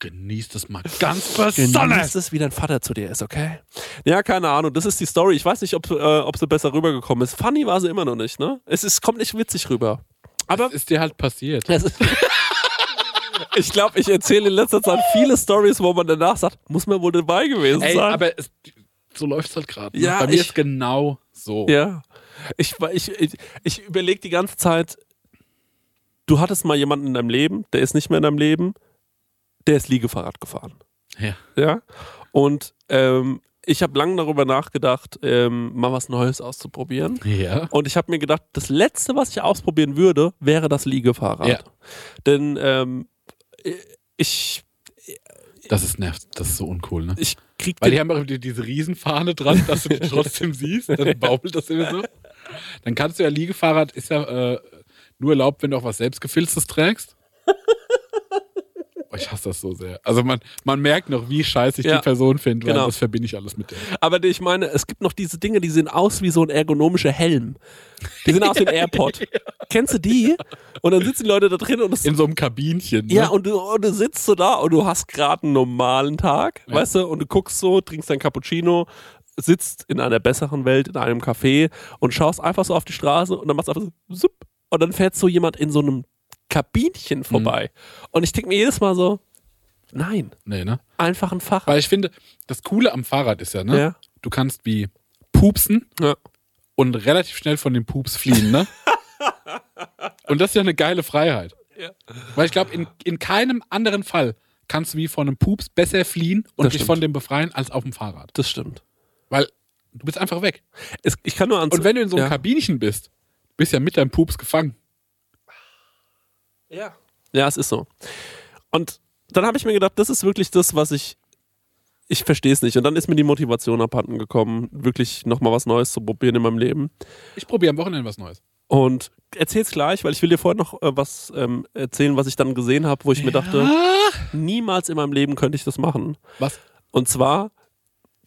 B: Genießt es mal ganz
A: Genieß
B: besonders.
A: es, wie dein Vater zu dir ist, okay? Ja, keine Ahnung. Das ist die Story. Ich weiß nicht, ob, äh, ob sie besser rübergekommen ist. Funny war sie immer noch nicht, ne? Es ist, kommt nicht witzig rüber. Aber
B: Ist dir halt passiert.
A: das ist ich glaube, ich erzähle in letzter Zeit viele Stories, wo man danach sagt, muss man wohl dabei gewesen
B: Ey,
A: sein.
B: aber es, so läuft es halt gerade. ne?
A: Ja,
B: Bei mir
A: ich-
B: ist genau so.
A: Ja. Ich, war- ich, ich, ich überlege die ganze Zeit, du hattest mal jemanden in deinem Leben, der ist nicht mehr in deinem Leben, der ist Liegefahrrad gefahren.
B: Ja.
A: Ja. Und ähm, ich habe lange darüber nachgedacht, ähm, mal was Neues auszuprobieren.
B: Ja.
A: Und ich habe mir gedacht, das Letzte, was ich ausprobieren würde, wäre das Liegefahrrad.
B: Ja.
A: Denn ähm, ich,
B: Das ist nervt. Das ist so uncool, ne?
A: ich krieg
B: Weil
A: den-
B: die haben auch wieder diese Riesenfahne dran, dass du die trotzdem siehst. Dann baumelt das immer so. Dann kannst du ja Liegefahrrad, ist ja äh, nur erlaubt, wenn du auch was Selbstgefilztes trägst. Oh, ich hasse das so sehr. Also man, man merkt noch, wie scheiße ich
A: Ja.
B: die Person finde, weil
A: Genau.
B: das verbinde ich alles mit der.
A: Aber ich meine, es gibt noch diese Dinge, die sehen aus wie so ein ergonomischer Helm. Die sehen aus wie ein AirPod. Kennst du die? Und dann sitzen die Leute da drin und es
B: In so einem Kabinchen. Ne?
A: ja, und du, und du sitzt so da und du hast gerade einen normalen Tag,
B: Ja.
A: weißt du, und du guckst so, trinkst dein Cappuccino, sitzt in einer besseren Welt, in einem Café und schaust einfach so auf die Straße und dann machst du einfach so, zup, und dann fährt so jemand in so einem Kabinchen vorbei.
B: Mhm.
A: Und ich denke mir jedes Mal so, nein,
B: nee, ne?
A: einfach ein Fahrrad.
B: Weil ich finde, das Coole am Fahrrad ist ja, ne?
A: Ja.
B: Du kannst wie pupsen
A: Ja.
B: und relativ schnell von dem Pups fliehen, ne? und das ist ja eine geile Freiheit.
A: Ja.
B: Weil ich glaube, in, in keinem anderen Fall kannst du wie von einem Pups besser fliehen und
A: Das
B: dich
A: stimmt.
B: von dem befreien als auf dem Fahrrad.
A: Das stimmt.
B: Weil du bist einfach weg.
A: Es, ich kann nur ans
B: Und wenn du in so einem
A: Ja.
B: Kabinchen bist, bist ja mit deinem Pups gefangen.
A: Ja. Ja, es ist so. Und dann habe ich mir gedacht, das ist wirklich das, was ich. Ich verstehe es nicht. Und dann ist mir die Motivation abhanden gekommen, wirklich nochmal was Neues zu probieren in meinem Leben.
B: Ich probiere am Wochenende was Neues.
A: Und erzähl's gleich, weil ich will dir vorher noch äh, was ähm, erzählen, was ich dann gesehen habe, wo ich mir dachte, niemals in meinem Leben könnte ich das machen.
B: Was?
A: Und zwar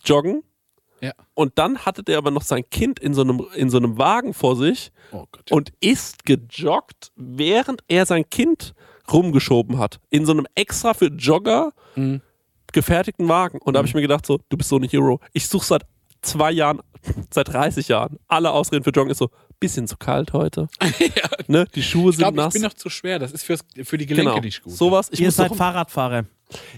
A: joggen.
B: Ja.
A: Und dann hatte der aber noch sein Kind in so einem, in so einem Wagen vor sich
B: Oh Gott.
A: und ist gejoggt, während er sein Kind rumgeschoben hat. In so einem extra für Jogger
B: Mhm.
A: gefertigten Wagen. Und da habe ich mir gedacht, so, du bist so ein Hero. Ich suche seit zwei Jahren, seit 30 Jahren, alle Ausreden für Joggen ist so, bisschen zu kalt heute. ne? Die Schuhe
B: ich
A: sind
B: glaube, ich
A: nass.
B: bin noch zu schwer. Das ist fürs, für die Gelenke
A: genau.
B: nicht gut. ne?
A: Sowas, ich
C: Ihr
A: muss
C: seid
A: noch-
C: Fahrradfahrer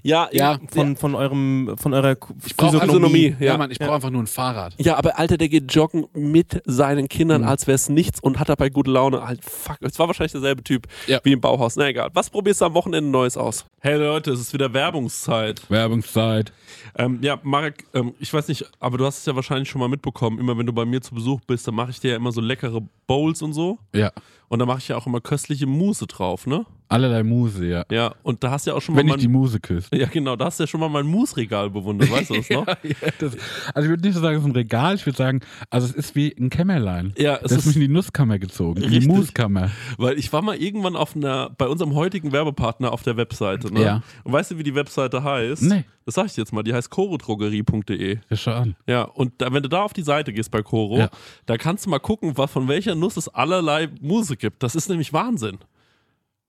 A: ja,
B: Ja.
A: ja.
C: von, von eurem von eurer K-
B: brauch einfach-
A: Physiognomie,
B: Ja,
A: ja.
B: Mann, ich brauche einfach nur ein Fahrrad.
A: Ja, aber Alter, der geht joggen mit seinen
D: Mhm.
A: Kindern, als wär's nichts und hat dabei gute Laune. Halt, fuck, es war wahrscheinlich derselbe Typ
B: Ja.
A: wie im Bauhaus. Na egal. Was probierst du am Wochenende Neues aus?
D: Hey Leute, es ist wieder Werbungszeit.
B: Werbungszeit.
D: Ähm, ja, Marek, ähm, ich weiß nicht, aber du hast es ja wahrscheinlich schon mal mitbekommen. Immer wenn du bei mir zu Besuch bist, dann mache ich dir ja immer so leckere Bowls und so.
B: Ja.
D: Und da mache ich ja auch immer köstliche Mousse drauf, ne?
B: Allerlei Muse, ja.
D: Ja, und da hast du ja auch schon
B: Wenn
D: mal
B: ich die
D: mein,
B: Muse küsse.
D: Ja, genau, da hast du ja schon mal mein Mousse-Regal bewundert, weißt du das noch?
B: also ich würde nicht so sagen, es ist ein Regal, ich würde sagen, also es ist wie ein Kämmerlein.
D: Ja, es
B: das ist
D: ist-
B: mich in die Nusskammer gezogen, in die
D: Richtig.
B: Muskammer.
D: Weil ich war mal irgendwann auf einer, bei unserem heutigen Werbepartner auf der Webseite, ne?
B: Ja.
D: Und weißt du, wie die Webseite heißt?
B: Nee.
D: Das sag ich dir jetzt mal, die heißt chorodrogerie.de.
B: Ja, schau an.
D: Ja, und da, wenn du da auf die Seite gehst bei Coro,
B: Ja.
D: da kannst du mal gucken, was, von welcher Nuss es allerlei Musik gibt. Das ist nämlich Wahnsinn.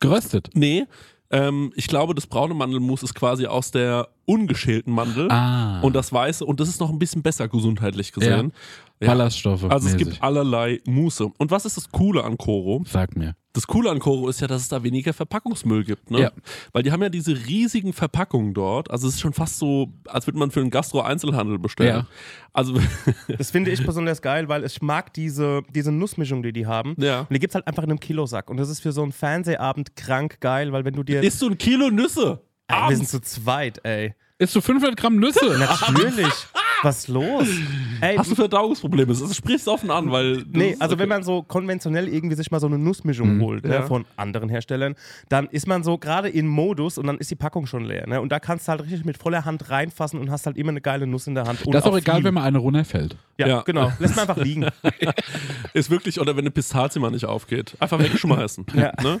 F: Geröstet.
A: Nee, ähm, ich glaube, das braune Mandelmus ist quasi aus der ungeschälten Mandel.
F: Ah.
A: Und das weiße, und das ist noch ein bisschen besser gesundheitlich gesehen. Ja.
F: Ballaststoffe.
A: Also es
F: mäßig.
A: gibt allerlei Muße. Und was ist das Coole an Koro?
F: Sag mir.
A: Das Coole an Koro ist ja, dass es da weniger Verpackungsmüll gibt. Ne?
F: Ja.
A: Weil die haben ja diese riesigen Verpackungen dort. Also es ist schon fast so, als würde man für einen Gastro-Einzelhandel
F: Ja.
A: bestellen. Also
C: Das finde ich besonders geil, weil ich mag diese, diese Nussmischung, die die haben.
A: Ja.
C: Und die gibt es halt einfach in einem Kilosack. Und das ist für so einen Fernsehabend krank geil, weil wenn du dir...
A: isst du ein Kilo Nüsse.
C: Ey, wir
A: abends.
C: sind zu zweit, ey.
F: Isst du 500 Gramm Nüsse?
C: Natürlich. Was ist los? Ey,
A: Hast du Verdauungsprobleme? Also sprichst offen an, weil.
C: Nee, also wenn man so konventionell irgendwie sich mal so eine Nussmischung
F: Mhm.
C: holt ne, von anderen Herstellern, dann ist man so gerade in Modus und dann ist die Packung schon leer. Ne? Und da kannst du halt richtig mit voller Hand reinfassen und hast halt immer eine geile Nuss in der Hand. Und
F: Das ist auch egal,
C: viel.
F: wenn mal eine runterfällt.
C: Ja,
A: Ja.
C: genau. Lässt man einfach liegen.
A: Ist wirklich, oder wenn eine Pistazie mal nicht aufgeht, einfach wegschmeißen. ja. Ne?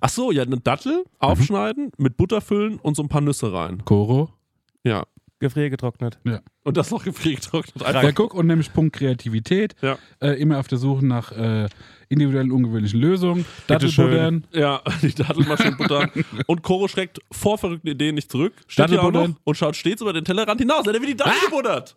A: Ach so, ja, eine Dattel aufschneiden, mit Butter füllen und so ein paar Nüsse rein.
F: Koro.
A: Ja.
C: Gefriergetrocknet.
A: Und das noch gefriergetrocknet.
F: Ja,
A: Einfach.
F: guck, und nämlich Punkt Kreativität.
A: Ja.
F: Äh, immer auf der Suche nach äh, individuellen, ungewöhnlichen Lösungen. Dattelbuddern.
A: Ja, die Dattel mal schön buttern. Und Koro schreckt vor verrückten Ideen nicht zurück. Steht hier auch
F: Dattelbuddern.
A: noch und schaut stets über den Tellerrand hinaus. Er hat wie die Dattel gebuddert.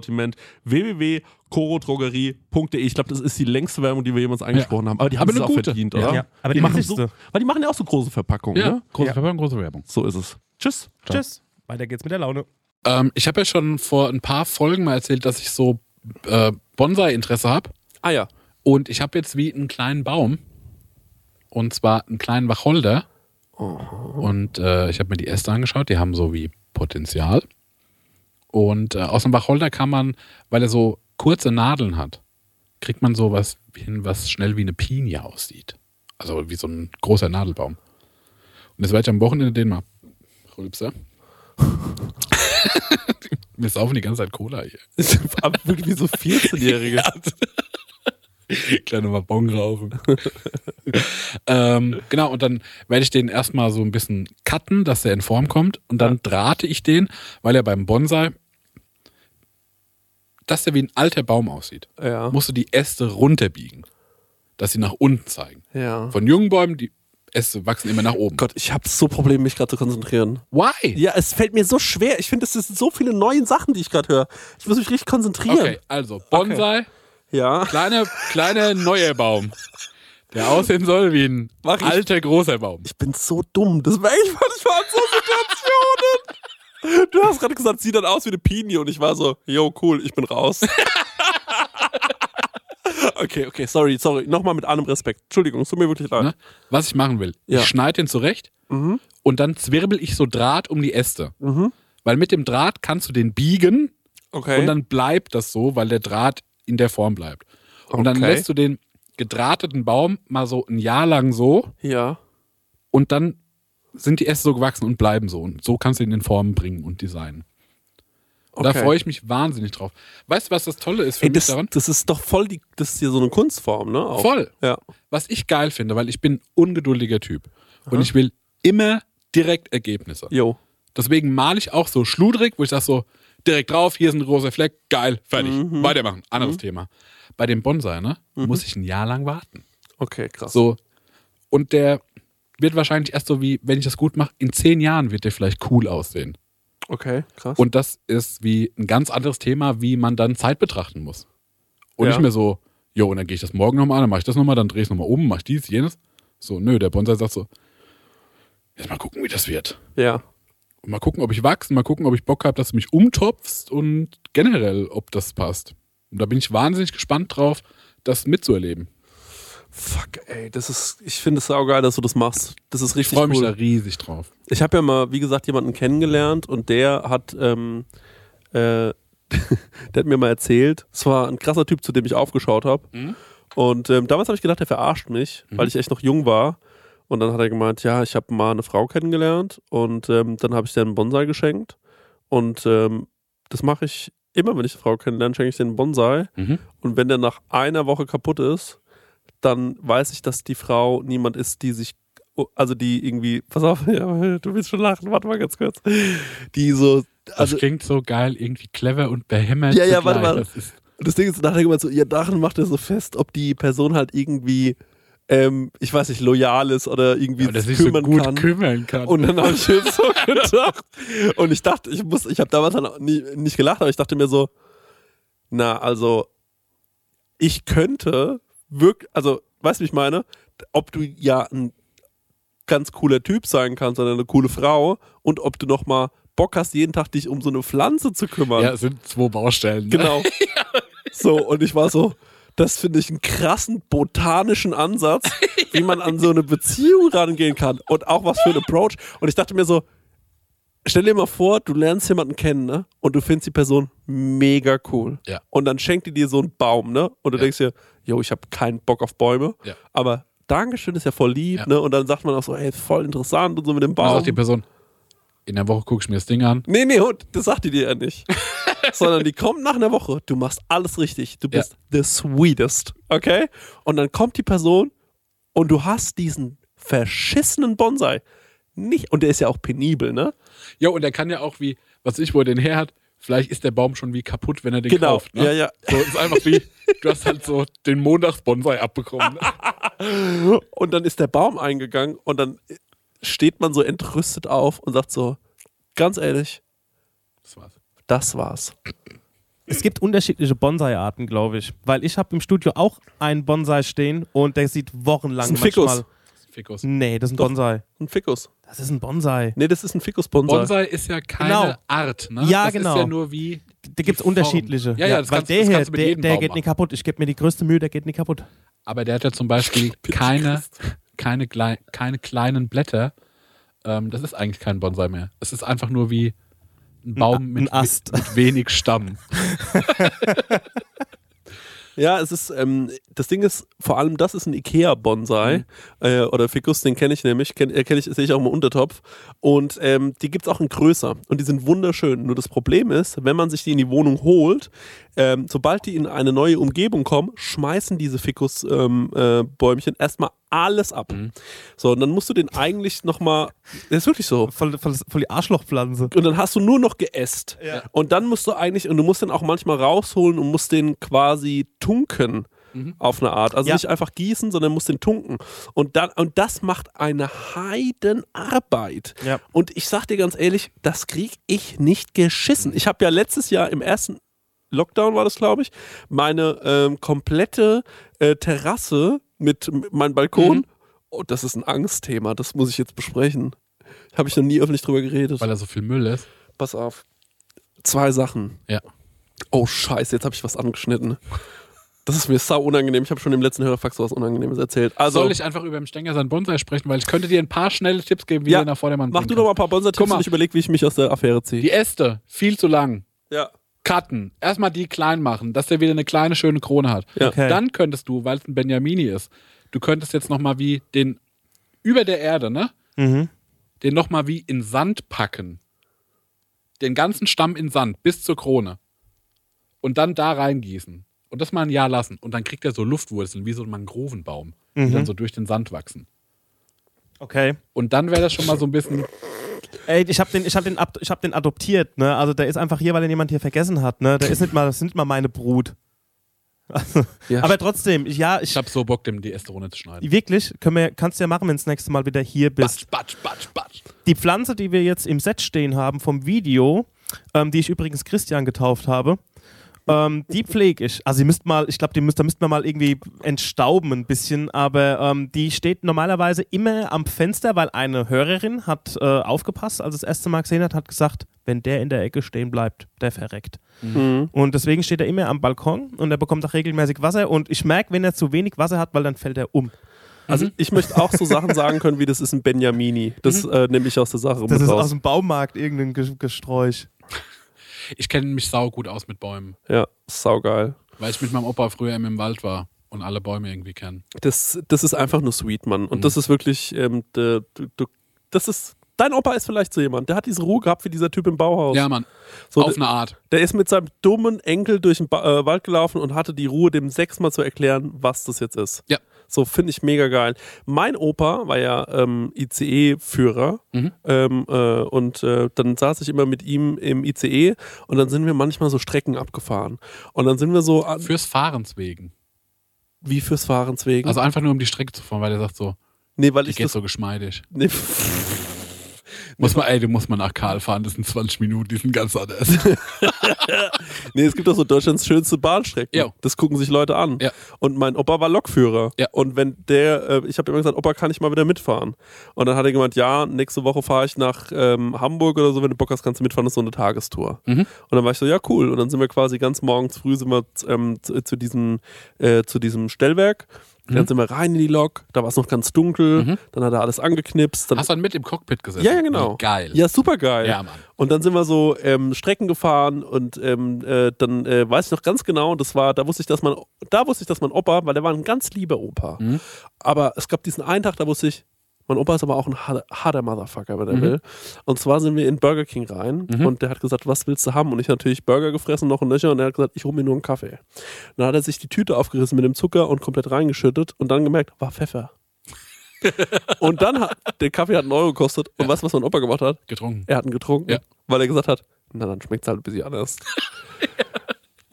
A: www.korodrogerie.de. Ich glaube, das ist die längste Werbung, die wir jemals angesprochen haben, aber die haben
F: Aber
A: es
F: eine
A: auch
F: gute.
A: verdient,
F: Ja.
A: oder?
C: Ja, aber die
A: machen so,
C: wichtigste.
A: Weil die machen ja auch so große Verpackungen, ne?
F: Große
C: Ja.
F: Werbung, große Werbung.
A: So ist es. Tschüss.
C: Tschüss. Weiter geht's mit der Laune.
B: Ähm, ich habe ja schon vor ein paar Folgen mal erzählt, dass ich so äh, Bonsai-Interesse habe.
G: Ah ja,
B: Und ich habe jetzt wie einen kleinen Baum. Und zwar einen kleinen Wacholder. Und äh, ich habe mir die Äste angeschaut. Die haben so wie Potenzial. Und äh, aus dem Wacholder kann man, weil er so kurze Nadeln hat, kriegt man so was hin, was schnell wie eine Pinie aussieht. Also wie so ein großer Nadelbaum. Und jetzt werde ich am Wochenende den mal. Rülpser. Wir saufen die ganze Zeit Cola hier.
G: ab, wirklich wie so 14-Jährige.
B: Kleine Wabon rauchen. ähm, genau, und dann werde ich den erstmal so ein bisschen cutten, dass er in Form kommt. Und dann drahte ich den, weil er beim Bonsai, dass er wie ein alter Baum aussieht.
G: Ja.
B: Musst du die Äste runterbiegen, dass sie nach unten zeigen.
G: Ja.
B: Von jungen Bäumen, die Äste wachsen immer nach oben.
G: Gott, ich habe so Probleme, mich gerade zu konzentrieren.
B: Why?
G: Ja, es fällt mir so schwer. Ich finde, es sind so viele neue Sachen, die ich gerade höre. Ich muss mich richtig konzentrieren.
B: Okay, also Bonsai,
G: Ja.
B: kleiner, kleiner neuer Baum, der aussehen soll wie ein
G: Mach ich.
B: alter großer Baum.
G: Ich bin so dumm. Das war ich, ich war in so Situationen. Du hast gerade gesagt, sieht dann aus wie eine Pinie und ich war so, yo, cool, ich bin raus. okay, okay, sorry, sorry. Nochmal mit allem Respekt. Entschuldigung, es tut mir wirklich leid.
B: Ne? Was ich machen will,
G: Ja. Mhm.
B: ich schneide den zurecht und dann zwirbel ich so Draht um die Äste. Weil mit dem Draht kannst du den biegen
G: Okay.
B: und dann bleibt das so, weil der Draht in der Form bleibt. Und dann
G: Okay.
B: lässt du den gedrahteten Baum mal so ein Jahr lang so
G: ja.
B: und dann sind die Äste so gewachsen und bleiben so. Und so kannst du ihn in Form bringen und designen. Und Da
G: Okay.
B: freue ich mich wahnsinnig drauf. Weißt du, was das Tolle ist für
G: Ey,
B: mich
G: das,
B: daran?
G: das ist doch voll die, das ist hier so eine Kunstform, ne? Auch.
B: Voll.
G: Ja.
B: was ich geil finde, weil ich bin ein ungeduldiger Typ und ich will immer direkt Ergebnisse.
A: Jo.
B: Deswegen male ich auch so schludrig, wo ich sage so, direkt drauf, hier ist ein rosa Fleck, geil, fertig, weitermachen, anderes Thema. Bei dem Bonsai, ne, muss ich ein Jahr lang warten.
A: Okay, krass.
B: So. Und der wird wahrscheinlich erst so wie, wenn ich das gut mache, in zehn Jahren wird der vielleicht cool aussehen.
A: Okay, krass.
B: Und das ist wie ein ganz anderes Thema, wie man dann Zeit betrachten muss. Und
A: Ja.
B: nicht mehr so, jo, und dann gehe ich das morgen nochmal an, dann mache ich das nochmal, dann drehe ich es nochmal um, mache ich dies, jenes. So, nö, der Bonsai sagt so, jetzt mal gucken, wie das wird.
A: ja.
B: Und mal gucken, ob ich wachse, mal gucken, ob ich Bock habe, dass du mich umtopfst und generell, ob das passt. Und da bin ich wahnsinnig gespannt drauf, das mitzuerleben.
A: Fuck, ey, das ist, ich finde es saugeil, dass du das machst. Das ist
B: Ich
A: richtig
B: freue mich halt.
A: cool.
B: da riesig drauf.
A: Ich habe ja mal, wie gesagt, jemanden kennengelernt und der hat, ähm, äh, der hat mir mal erzählt, es war ein krasser Typ, zu dem ich aufgeschaut habe.
B: Mhm.
A: Und ähm, damals habe ich gedacht, der verarscht mich, weil ich echt noch jung war. Und dann hat er gemeint, ja, ich habe mal eine Frau kennengelernt und ähm, dann habe ich dir einen Bonsai geschenkt. Und ähm, das mache ich immer, wenn ich eine Frau kennenlerne, schenke ich dir einen Bonsai.
B: Mhm.
A: Und wenn der nach einer Woche kaputt ist, dann weiß ich, dass die Frau niemand ist, die sich, also die irgendwie, pass auf, ja, du willst schon lachen, warte mal ganz kurz, die so,
B: Das
A: also
B: klingt so geil, irgendwie clever und behämmert.
A: Ja, ja,
B: zugleich.
A: warte mal.
B: Das ist
A: das Ding ist, nachher immer so, ja, daran macht er so fest, ob die Person halt irgendwie, ähm, ich weiß nicht, loyal ist oder irgendwie
B: und dass
A: sich
B: ich so
A: kümmern
B: gut
A: kann.
B: kümmern kann.
A: Und dann habe ich mir so gedacht. Und ich dachte, ich muss, ich habe damals dann auch nie, nicht gelacht, aber ich dachte mir so, na, also, ich könnte wirklich, also, weißt du, wie ich meine? Ob du ja ein ganz cooler Typ sein kannst oder eine coole Frau und ob du nochmal Bock hast, jeden Tag dich um so eine Pflanze zu kümmern.
B: ja, es sind zwei Baustellen. ne?
A: Genau. So, und ich war so, das finde ich einen krassen botanischen Ansatz, wie man an so eine Beziehung rangehen kann. Und auch was für ein Approach. Und ich dachte mir so, stell dir mal vor, du lernst jemanden kennen, ne? Und du findest die Person mega cool.
B: Ja.
A: Und dann schenkt die dir so einen Baum, ne? Und du
B: Ja.
A: denkst dir, yo, ich habe keinen Bock auf Bäume.
B: Ja.
A: Aber Dankeschön ist ja voll lieb,
B: Ja.
A: ne? Und dann sagt man auch so, hey, voll interessant und so mit dem
B: Dann
A: Baum.
B: sagt die Person, in der Woche gucke ich mir das Ding an.
A: Nee, nee, Hund, das sagt die dir ja nicht. Sondern die kommt nach einer Woche, du machst alles richtig, du bist the sweetest, okay? Und dann kommt die Person und du hast diesen verschissenen Bonsai. Nicht, und der ist ja auch penibel, ne?
B: Ja, und er kann ja auch wie, was ich, wo er den her hat, vielleicht ist der Baum schon wie kaputt, wenn er den
A: Genau,
B: kauft. Ne?
A: ja, ja.
B: So, es ist einfach wie, du hast halt so den Montagsbonsai abbekommen. Ne?
A: Und dann ist der Baum eingegangen und dann steht man so entrüstet auf und sagt so, ganz ehrlich,
B: Das war's.
A: das war's.
C: Es gibt unterschiedliche Bonsai-Arten, glaube ich. Weil ich habe im Studio auch einen Bonsai stehen und der sieht wochenlang
A: Das ist ein
C: manchmal.
B: Fikus.
C: Nee, das ist ein
A: Doch.
C: Bonsai.
A: Ein Fickus.
C: Das ist ein Bonsai.
A: Nee, das ist ein Fickus-Bonsai.
B: Bonsai ist ja keine
C: Genau.
B: Art, ne?
C: Ja,
B: das
C: genau.
B: Ist ja nur wie.
C: Da gibt es
B: Form.
C: unterschiedliche.
B: Ja, ja, das
C: weil
B: kannst-
C: der
B: das
C: hier,
B: kannst du mit
C: der,
B: jedem
C: der
B: Baum
C: geht
B: machen.
C: nicht kaputt. Ich gebe mir die größte Mühe, der geht nicht kaputt.
B: Aber der hat ja zum Beispiel keine, keine, klei- keine kleinen Blätter. Ähm, das ist eigentlich kein Bonsai mehr. Es ist einfach nur wie ein Baum mit,
C: ein Ast.
B: mit wenig Stamm.
A: Ja, es ist, ähm, das Ding ist, vor allem das ist ein Ikea-Bonsai äh, oder Ficus, den kenne ich nämlich, kenn, äh, kenn ich, sehe ich auch im Untertopf und ähm, die gibt's auch in größer und die sind wunderschön, nur das Problem ist, wenn man sich die in die Wohnung holt, ähm, sobald die in eine neue Umgebung kommen, schmeißen diese Ficus-Bäumchen ähm, äh, Bäumchen erstmal alles ab. So, und dann musst du den eigentlich nochmal, das ist wirklich so,
C: Voll, voll, voll die Arschlochpflanze.
A: und dann hast du nur noch geäst.
C: Ja.
A: Und dann musst du eigentlich, und du musst den auch manchmal rausholen und musst den quasi tunken. Auf eine Art. Also
C: Mhm. Ja.
A: nicht einfach gießen, sondern musst den tunken. Und, dann, und das macht eine Heidenarbeit.
C: Ja.
A: Und ich sag dir ganz ehrlich, das krieg ich nicht geschissen. Ich habe ja letztes Jahr im ersten Lockdown war das, glaube ich, meine ähm, komplette äh, Terrasse mit, mit meinem Balkon.
C: Mhm.
A: Oh, das ist ein Angstthema, das muss ich jetzt besprechen. Habe ich noch nie öffentlich drüber geredet.
B: Weil da so viel Müll ist.
A: Pass auf. Zwei Sachen.
B: Ja.
A: Oh Scheiße, jetzt habe ich was angeschnitten. Das ist mir sau unangenehm. Ich habe schon im letzten Hörerfax was Unangenehmes erzählt. Also,
B: Soll ich einfach über dem Stenger sein Bonsai sprechen, weil ich könnte dir ein paar schnelle Tipps geben, wie
A: Ja,
B: der nach Vordermann
A: mach
B: bringen
A: du
B: kann.
A: doch mal ein paar
B: Guck
A: Bonsertipps
B: mal.
A: und ich überlege, wie ich mich aus der Affäre ziehe.
B: Die Äste, viel zu lang.
A: Ja.
B: Cutten. Erstmal die klein machen, dass der wieder eine kleine, schöne Krone hat.
A: Ja.
C: Okay.
B: Dann könntest du, weil es ein Benjamini ist, du könntest jetzt nochmal wie den über der Erde, ne?
C: Mhm.
B: Den nochmal wie in Sand packen. Den ganzen Stamm in Sand bis zur Krone. Und dann da reingießen. Und das mal ein Jahr lassen. Und dann kriegt er so Luftwurzeln, wie so ein Mangrovenbaum, die dann so durch den Sand wachsen.
C: Okay.
H: Und dann wäre das schon mal so ein bisschen.
C: Ey, ich habe den, ich hab den, ab- ich hab den adoptiert, ne? Also der ist einfach hier, weil den jemand hier vergessen hat, ne? Der ist nicht mal, das sind nicht mal meine Brut. Also,
H: Ja.
C: Aber trotzdem, ich- ja, ich,
H: Ich habe so Bock, dem die erste Runde zu schneiden.
C: wirklich, können wir, kannst du ja machen, wenn das nächste Mal wieder hier bist.
H: Batsch, batsch, batsch, batsch.
C: Die Pflanze, die wir jetzt im Set stehen haben vom Video, ähm, die ich übrigens Christian getauft habe, ähm, die pflege ich. Also ihr müsst mal, ich glaube, die müsst, da müsst man mal irgendwie entstauben ein bisschen, aber ähm, die steht normalerweise immer am Fenster, weil eine Hörerin hat äh, aufgepasst, als sie das erste Mal gesehen hat, hat gesagt, wenn der in der Ecke stehen bleibt, der verreckt. Und deswegen steht er immer am Balkon und er bekommt auch regelmäßig Wasser und ich merke, wenn er zu wenig Wasser hat, weil dann fällt er um.
A: Also ich möchte auch so Sachen sagen können, wie das ist ein Benjamini. Das äh, nehme ich aus der Sache
C: Das
A: mit
C: ist
A: raus.
C: aus dem Baumarkt irgendein Ge- Gesträuch.
H: Ich kenne mich sau gut aus mit Bäumen,
A: ja, saugeil.
H: weil ich mit meinem Opa früher immer im Wald war und alle Bäume irgendwie kenne.
A: Das, das ist einfach nur sweet, Mann. Und das ist wirklich, ähm, de, du- du- das ist, dein Opa ist vielleicht so jemand, der hat diese Ruhe gehabt wie dieser Typ im Bauhaus.
H: Ja, Mann.
A: so,
H: auf
A: der,
H: eine Art.
A: der ist mit seinem dummen Enkel durch den ba äh, Wald gelaufen und hatte die Ruhe, dem sechsmal zu erklären, was das jetzt ist.
H: Ja.
A: So finde ich mega geil. Mein Opa war ja ähm, ICE-Führer
H: Mhm.
A: ähm, äh, und äh, dann saß ich immer mit ihm im ICE und dann sind wir manchmal so Strecken abgefahren. Und dann sind wir so an,
H: Fürs Fahrens wegen.
A: wie fürs Fahrens wegen.
H: Also einfach nur um die Strecke zu fahren, weil der sagt so,
A: nee, weil
H: die
A: ich
H: geht
A: das,
H: so geschmeidig.
A: nee,
H: Muss man, ey, du musst mal nach Karl fahren, das sind 20 Minuten, die sind ganz anders.
A: nee, es gibt doch so Deutschlands schönste Bahnstrecken.
H: Ja.
A: Das gucken sich Leute an.
H: Ja.
A: Und mein Opa war Lokführer.
H: Ja.
A: Und wenn der, äh, ich habe immer gesagt, Opa, kann ich mal wieder mitfahren? Und dann hat er gemeint, ja, nächste Woche fahre ich nach ähm, Hamburg oder so, wenn du Bock hast, kannst du mitfahren, das ist so eine Tagestour.
H: Mhm.
A: Und dann war ich so, ja, cool. Und dann sind wir quasi ganz morgens früh sind wir ähm, zu, zu, diesem, äh, zu diesem Stellwerk.
H: Mhm.
A: Dann sind wir rein in die Lok, da war es noch ganz dunkel, dann hat er alles angeknipst. Dann
H: Hast du dann mit im Cockpit gesessen?
A: Ja, ja, genau.
H: Geil.
A: Ja, super geil.
H: Ja, Mann.
A: Und dann sind wir so ähm, Strecken gefahren und ähm, äh, dann äh, weiß ich noch ganz genau, das war, da wusste ich, dass man, da wusste ich, dass mein Opa, weil der war ein ganz lieber Opa.
H: Mhm.
A: Aber es gab diesen einen Tag, da wusste ich, mein Opa ist aber auch ein harder, harder Motherfucker, wenn er
H: Mhm.
A: will. Und zwar sind wir in Burger King rein und der hat gesagt, was willst du haben? Und ich natürlich Burger gefressen, noch ein Löcher und er hat gesagt, ich hole mir nur einen Kaffee. Dann hat er sich die Tüte aufgerissen mit dem Zucker und komplett reingeschüttet und dann gemerkt, war Pfeffer. und dann hat der Kaffee hat einen Euro gekostet und weißt du, was mein Opa gemacht hat?
H: Getrunken.
A: Er hat ihn getrunken,
H: Ja.
A: weil er gesagt hat, na dann schmeckt es halt ein bisschen anders.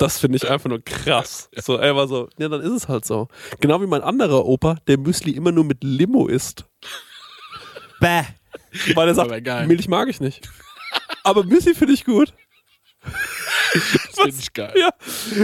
A: Das finde ich einfach nur krass. So, er war so, ja, dann ist es halt so. Genau wie mein anderer Opa, der Müsli immer nur mit Limo isst,
C: Bäh.
A: weil er sagt,
H: Aber geil.
A: Milch mag ich nicht. Aber Müsli finde ich gut.
H: Das finde ich geil.
A: Ja.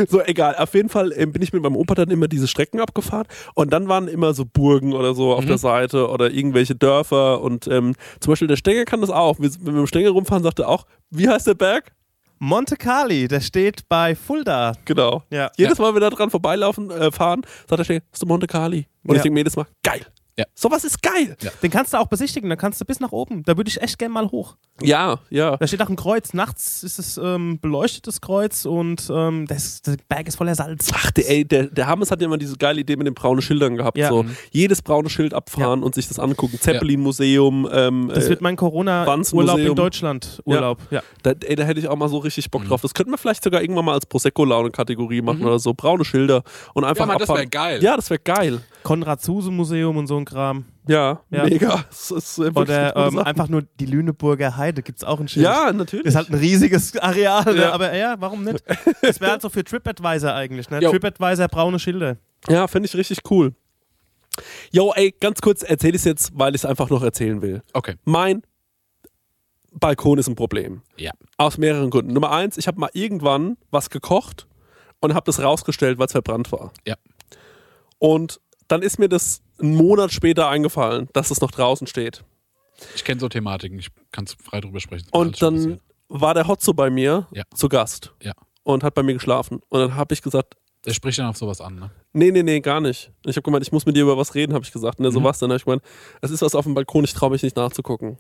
A: So, egal. Auf jeden Fall ähm, bin ich mit meinem Opa dann immer diese Strecken abgefahren und dann waren immer so Burgen oder so auf der Seite oder irgendwelche Dörfer und ähm, zum Beispiel der Stenger kann das auch. Wir- Wenn wir im Stenger rumfahren, sagt er auch, wie heißt der Berg?
C: Monte Carli, der steht bei Fulda.
A: Genau.
C: Ja.
A: Jedes Mal, wenn wir da dran vorbeilaufen, äh, fahren, sagt er schnell, das ist der Monte Carli. Und
C: Ja.
A: ich denke mir jedes Mal, geil.
H: Ja.
A: Sowas ist geil.
H: Ja.
C: Den kannst du auch besichtigen, dann kannst du bis nach oben. Da würde ich echt gern mal hoch.
A: Ja, ja.
C: Da steht auch ein Kreuz. Nachts ist es ähm, beleuchtetes Kreuz und ähm, das, der Berg ist voller Salz.
A: Ach, der, äh, ey, der, der Hammes hat ja immer diese geile Idee mit den braunen Schildern gehabt.
C: Ja. Mhm.
A: So. Jedes braune Schild abfahren und sich das angucken. Zeppelin-Museum. Ähm,
C: Das
A: äh,
C: wird mein Corona-Urlaub
A: Wanzenmuseum.
C: in Deutschland. Urlaub. Ja.
A: da, ey, da hätte ich auch mal so richtig
H: Mhm.
A: Bock drauf. Das könnten wir vielleicht sogar irgendwann mal als Prosecco-Laune-Kategorie machen oder so. Braune Schilder und einfach
H: Ja, Mann, das
A: abfahren.
H: wär geil.
A: Ja, das wäre geil.
C: Konrad-Zuse-Museum und so ein Kram.
A: Ja,
C: Ja.
A: mega. Das ist, äh, wirklich
C: Oder
A: eine
C: ähm,
A: gute Sache.
C: einfach nur die Lüneburger Heide. Gibt es auch ein Schild.
A: Ja, natürlich.
C: Ist halt ein riesiges Areal, ne?
A: Ja.
C: aber äh, ja, warum nicht? Das wäre halt so für TripAdvisor eigentlich. Ne?
H: Jo.
C: TripAdvisor, braune Schilder.
A: Ja, finde ich richtig cool. Jo, ey, ganz kurz, erzähl es jetzt, weil ich es einfach noch erzählen will.
H: Okay.
A: Mein Balkon ist ein Problem.
H: Ja.
A: Aus mehreren Gründen. Nummer eins, ich habe mal irgendwann was gekocht und habe das rausgestellt, weil es verbrannt war.
H: Ja.
A: Und dann ist mir das einen Monat später eingefallen, dass es noch draußen steht.
H: Ich kenne so Thematiken, ich kann frei drüber sprechen.
A: Und dann war der Hotzo bei mir
H: Ja.
A: zu Gast
H: Ja.
A: und hat bei mir geschlafen. Und dann habe ich gesagt,
H: Der spricht dann auf sowas an, ne?
A: Nee, nee, nee, gar nicht. Und ich habe gemeint, ich muss mit dir über was reden, habe ich gesagt. Und er so, was denn? Dann habe ich gemeint, es ist was auf dem Balkon, ich traue mich nicht nachzugucken.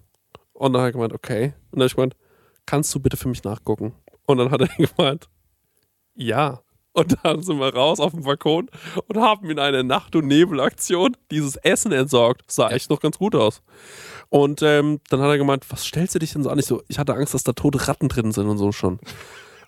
A: Und dann hat er gemeint, okay. Und dann habe ich gemeint, kannst du bitte für mich nachgucken? Und dann hat er gemeint, ja. Und dann sind wir raus auf dem Balkon und haben in einer Nacht- und Nebelaktion dieses Essen entsorgt. Sah echt noch ganz gut aus. Und ähm, dann hat er gemeint, was stellst du dich denn so an? Ich so, ich hatte Angst, dass da tote Ratten drin sind und so schon.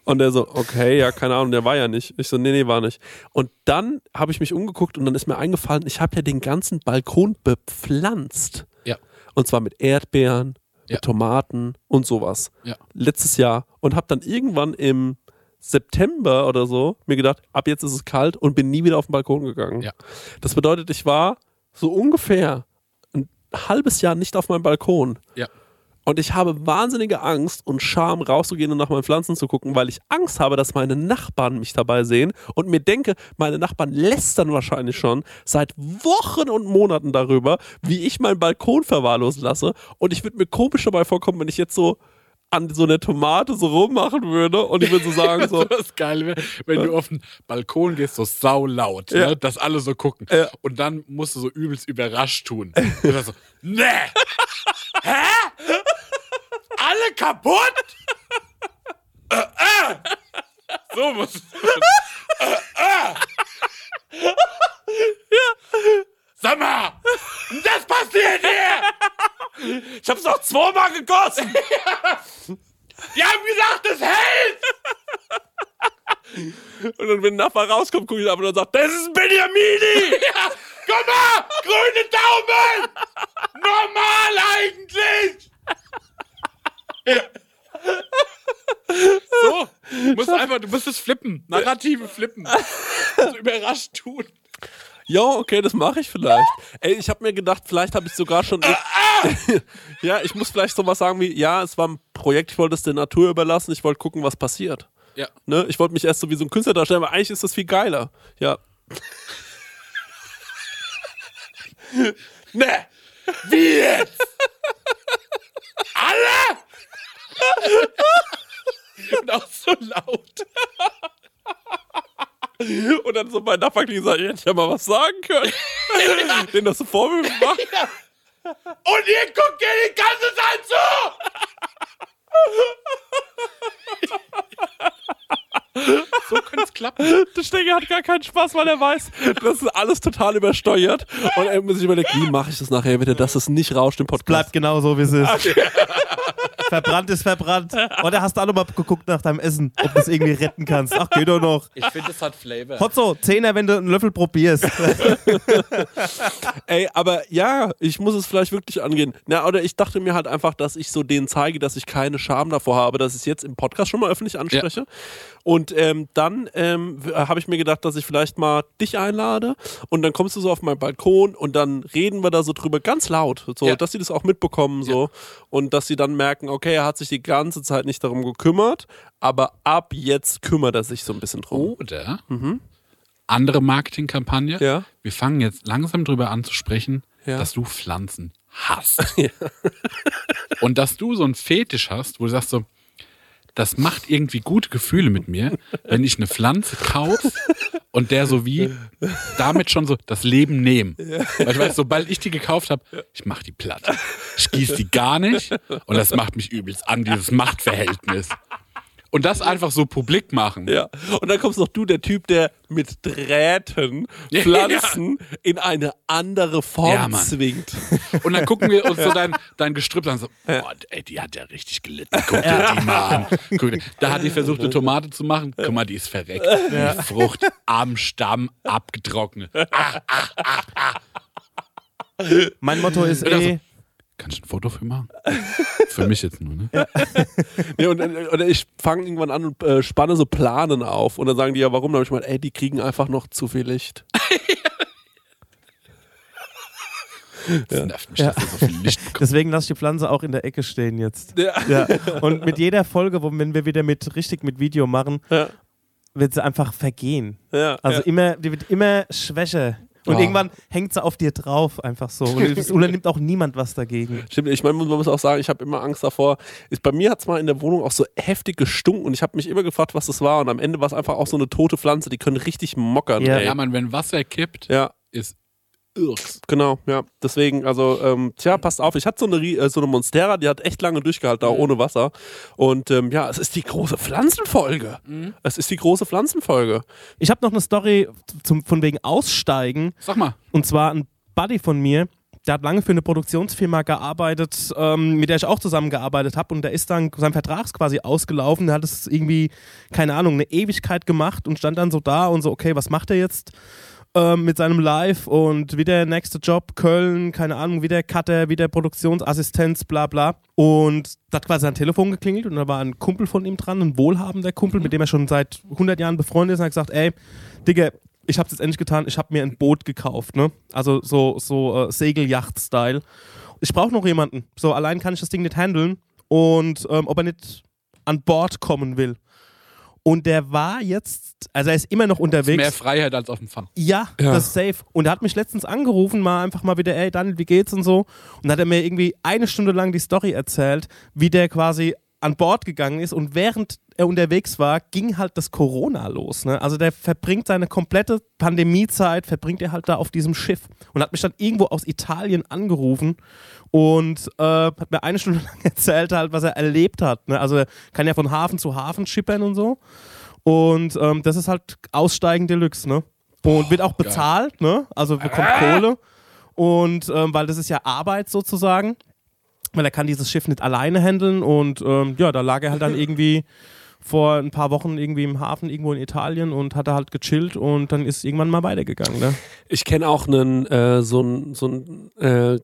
A: Und der so, okay, ja, keine Ahnung, der war ja nicht. Ich so, nee, nee, war nicht. Und dann habe ich mich umgeguckt und dann ist mir eingefallen, ich habe ja den ganzen Balkon bepflanzt.
B: Ja.
A: Und zwar mit Erdbeeren,
B: Ja.
A: mit Tomaten und sowas.
B: Ja.
A: Letztes Jahr. Und habe dann irgendwann im September oder so mir gedacht, ab jetzt ist es kalt und bin nie wieder auf den Balkon gegangen.
B: Ja.
A: Das bedeutet, ich war so ungefähr ein halbes Jahr nicht auf meinem Balkon.
B: Ja.
A: Und ich habe wahnsinnige Angst und Scham, rauszugehen und nach meinen Pflanzen zu gucken, weil ich Angst habe, dass meine Nachbarn mich dabei sehen und mir denke, meine Nachbarn lästern wahrscheinlich schon seit Wochen und Monaten darüber, wie ich meinen Balkon verwahrlosen lasse. Und ich würde mir komisch dabei vorkommen, wenn ich jetzt so an so einer Tomate so rummachen würde und ich würde so sagen, so,
B: Das geil wäre, wenn du auf den Balkon gehst, so saulaut,
A: Ja.
B: ne, dass alle so gucken. Und dann musst du so übelst überrascht tun. Und dann so, nee! Hä? Alle kaputt? Äh, äh! So muss es. Äh, äh! Sag mal, das passiert hier! Ich hab's noch zweimal gegossen! Die haben gesagt, es hält!
A: und dann, wenn ein Nachbar rauskommt, gucke ich ab und dann sagt, das ist ein Benjamini!
B: Guck mal, grüne Daumen! Normal eigentlich! So, du musst einfach, du musst es flippen. Narrative flippen. Also überrascht tun.
A: Ja, okay, das mache ich vielleicht. Ey, ich habe mir gedacht, vielleicht habe ich sogar schon. ah! ja, ich muss vielleicht sowas sagen wie: Ja, es war ein Projekt, ich wollte es der Natur überlassen, ich wollte gucken, was passiert.
B: Ja.
A: Ne? Ich wollte mich erst so wie so ein Künstler darstellen, aber eigentlich ist das viel geiler. Ja.
B: Ne! Wie jetzt? Alle? Und auch so laut.
A: Und dann so mein Nachbar die gesagt: Ich hätte ja mal was sagen können. Den das so Vorwürfe macht.
B: Und ihr guckt ihr die ganze Zeit zu! so könnte es klappen.
A: Der Stenger hat gar keinen Spaß, weil er weiß, das ist alles total übersteuert. Und er muss sich überlegen: Wie mache ich das nachher wieder, dass es nicht rauscht im Podcast?
C: Bleibt genau so, wie es ist. verbrannt ist verbrannt. Oder hast du auch nochmal geguckt nach deinem Essen, ob du es irgendwie retten kannst? Ach, geht doch noch.
B: Ich finde, es hat Flavor.
C: Hotzo, Zehner, wenn du einen Löffel probierst.
A: Ey, aber ja, ich muss es vielleicht wirklich angehen. Na, oder ich dachte mir halt einfach, dass ich so denen zeige, dass ich keine Scham davor habe, dass ich es jetzt im Podcast schon mal öffentlich anspreche. Und ähm, dann ähm, w- äh, habe ich mir gedacht, dass ich vielleicht mal dich einlade und dann kommst du so auf meinen Balkon und dann reden wir da so drüber ganz laut, so,
B: Ja.
A: dass sie das auch mitbekommen so und dass sie dann merken, okay, er hat sich die ganze Zeit nicht darum gekümmert, aber ab jetzt kümmert er sich so ein bisschen
B: Oh.
A: drum.
B: Oder andere Marketingkampagne.
A: Mhm. Ja.
B: Wir fangen jetzt langsam drüber an zu sprechen,
A: Ja.
B: dass du Pflanzen hast. Und dass du so einen Fetisch hast, wo du sagst so, das macht irgendwie gute Gefühle mit mir, wenn ich eine Pflanze kaufe und der so wie damit schon so das Leben nehmen. Weil ich weiß, sobald ich die gekauft habe, ich mache die platt. Ich gieße die gar nicht und das macht mich übelst an, dieses Machtverhältnis. Und das einfach so publik machen.
A: Ja. Und dann kommst noch du, der Typ, der mit Drähten
B: Ja.
A: Pflanzen in eine andere Form
B: Ja, Mann.
A: zwingt.
B: Und dann gucken wir uns so dein, dein Gestrüpp an. So, boah, ey, die hat ja richtig gelitten. Guck dir die mal an. Guck dir. Da hat die versucht, eine Tomate zu machen. Guck mal, die ist verreckt. Die Frucht am Stamm abgetrocknet.
C: Mein Motto ist
B: Ja, so.
C: eh,
B: Kannst du ein Foto für machen? Für mich jetzt nur, ne?
A: Ja, und, und oder ich fange irgendwann an und äh, spanne so Planen auf. Und dann sagen die ja, warum? Dann hab ich gemeint, ey, die kriegen einfach noch zu viel Licht.
B: Das nervt mich, dass du so viel Licht bekommst.
C: deswegen lasse ich die Pflanze auch in der Ecke stehen jetzt.
A: Ja.
C: Ja. Und mit jeder Folge, wo, wenn wir wieder mit richtig mit Video machen,
A: Ja.
C: wird sie einfach vergehen.
A: Ja,
C: Also
A: ja.
C: immer, die wird immer schwächer. Und
B: Ah.
C: irgendwann hängt sie auf dir drauf, einfach so. Und es unternimmt auch niemand was dagegen.
A: Stimmt, ich meine, man muss auch sagen, ich habe immer Angst davor. Ist, bei mir hat es mal in der Wohnung auch so heftig gestunken und ich habe mich immer gefragt, was das war. Und am Ende war es einfach auch so eine tote Pflanze, die können richtig mockern.
C: Ja.
A: ey.
B: Ja, man, wenn Wasser kippt,
A: ja.
B: ist irrs.
A: Genau, ja. Deswegen, also, ähm, tja, passt auf. Ich hatte so eine, Rie- äh, so eine Monstera, die hat echt lange durchgehalten, auch ohne Wasser. Und ähm, ja, es ist die große Pflanzenfolge. Es ist die große Pflanzenfolge.
C: Ich habe noch eine Story zum, von wegen Aussteigen.
B: Sag mal.
C: Und zwar ein Buddy von mir, der hat lange für eine Produktionsfirma gearbeitet, ähm, mit der ich auch zusammengearbeitet habe. Und der ist dann, sein Vertrag ist quasi ausgelaufen. Der hat es irgendwie, keine Ahnung, eine Ewigkeit gemacht und stand dann so da und so, okay, was macht er jetzt? ähm, mit seinem Live und wieder nächster Job, Köln, keine Ahnung, wieder Cutter, wieder Produktionsassistenz, bla bla. Und da hat quasi sein Telefon geklingelt und da war ein Kumpel von ihm dran, ein wohlhabender Kumpel, mit dem er schon seit 100 Jahren befreundet ist und hat gesagt, ey, Digga, ich hab's jetzt endlich getan, ich hab mir ein Boot gekauft, ne? Also so, so äh, Segeljacht-Style. Ich brauche noch jemanden. So, allein kann ich das Ding nicht handeln. Und ähm, ob er nicht an Bord kommen will. Und der war jetzt, also er ist immer noch unterwegs.
H: Mehr Freiheit als auf dem Pfand.
C: Ja,
A: Ja.
C: das ist safe. Und er hat mich letztens angerufen, mal einfach mal wieder, ey Daniel, wie geht's und so. Und hat er mir irgendwie eine Stunde lang die Story erzählt, wie der quasi an Bord gegangen ist und während er unterwegs war, ging halt das Corona los. Ne? Also der verbringt seine komplette Pandemiezeit, verbringt er halt da auf diesem Schiff und hat mich dann irgendwo aus Italien angerufen und äh, hat mir eine Stunde lang erzählt halt, was er erlebt hat. Ne? Also er kann ja von Hafen zu Hafen schippern und so. Und ähm, das ist halt Aussteigen Deluxe, ne? Und wird auch bezahlt, ne? Also bekommt Kohle. Und ähm, weil das ist ja Arbeit sozusagen. Weil er kann dieses Schiff nicht alleine handeln. Und ähm, ja, da lag er halt dann irgendwie vor ein paar Wochen irgendwie im Hafen irgendwo in Italien und hat da halt gechillt und dann ist irgendwann mal weitergegangen, ne?
A: Ich kenne auch einen äh, so einen so einen, äh,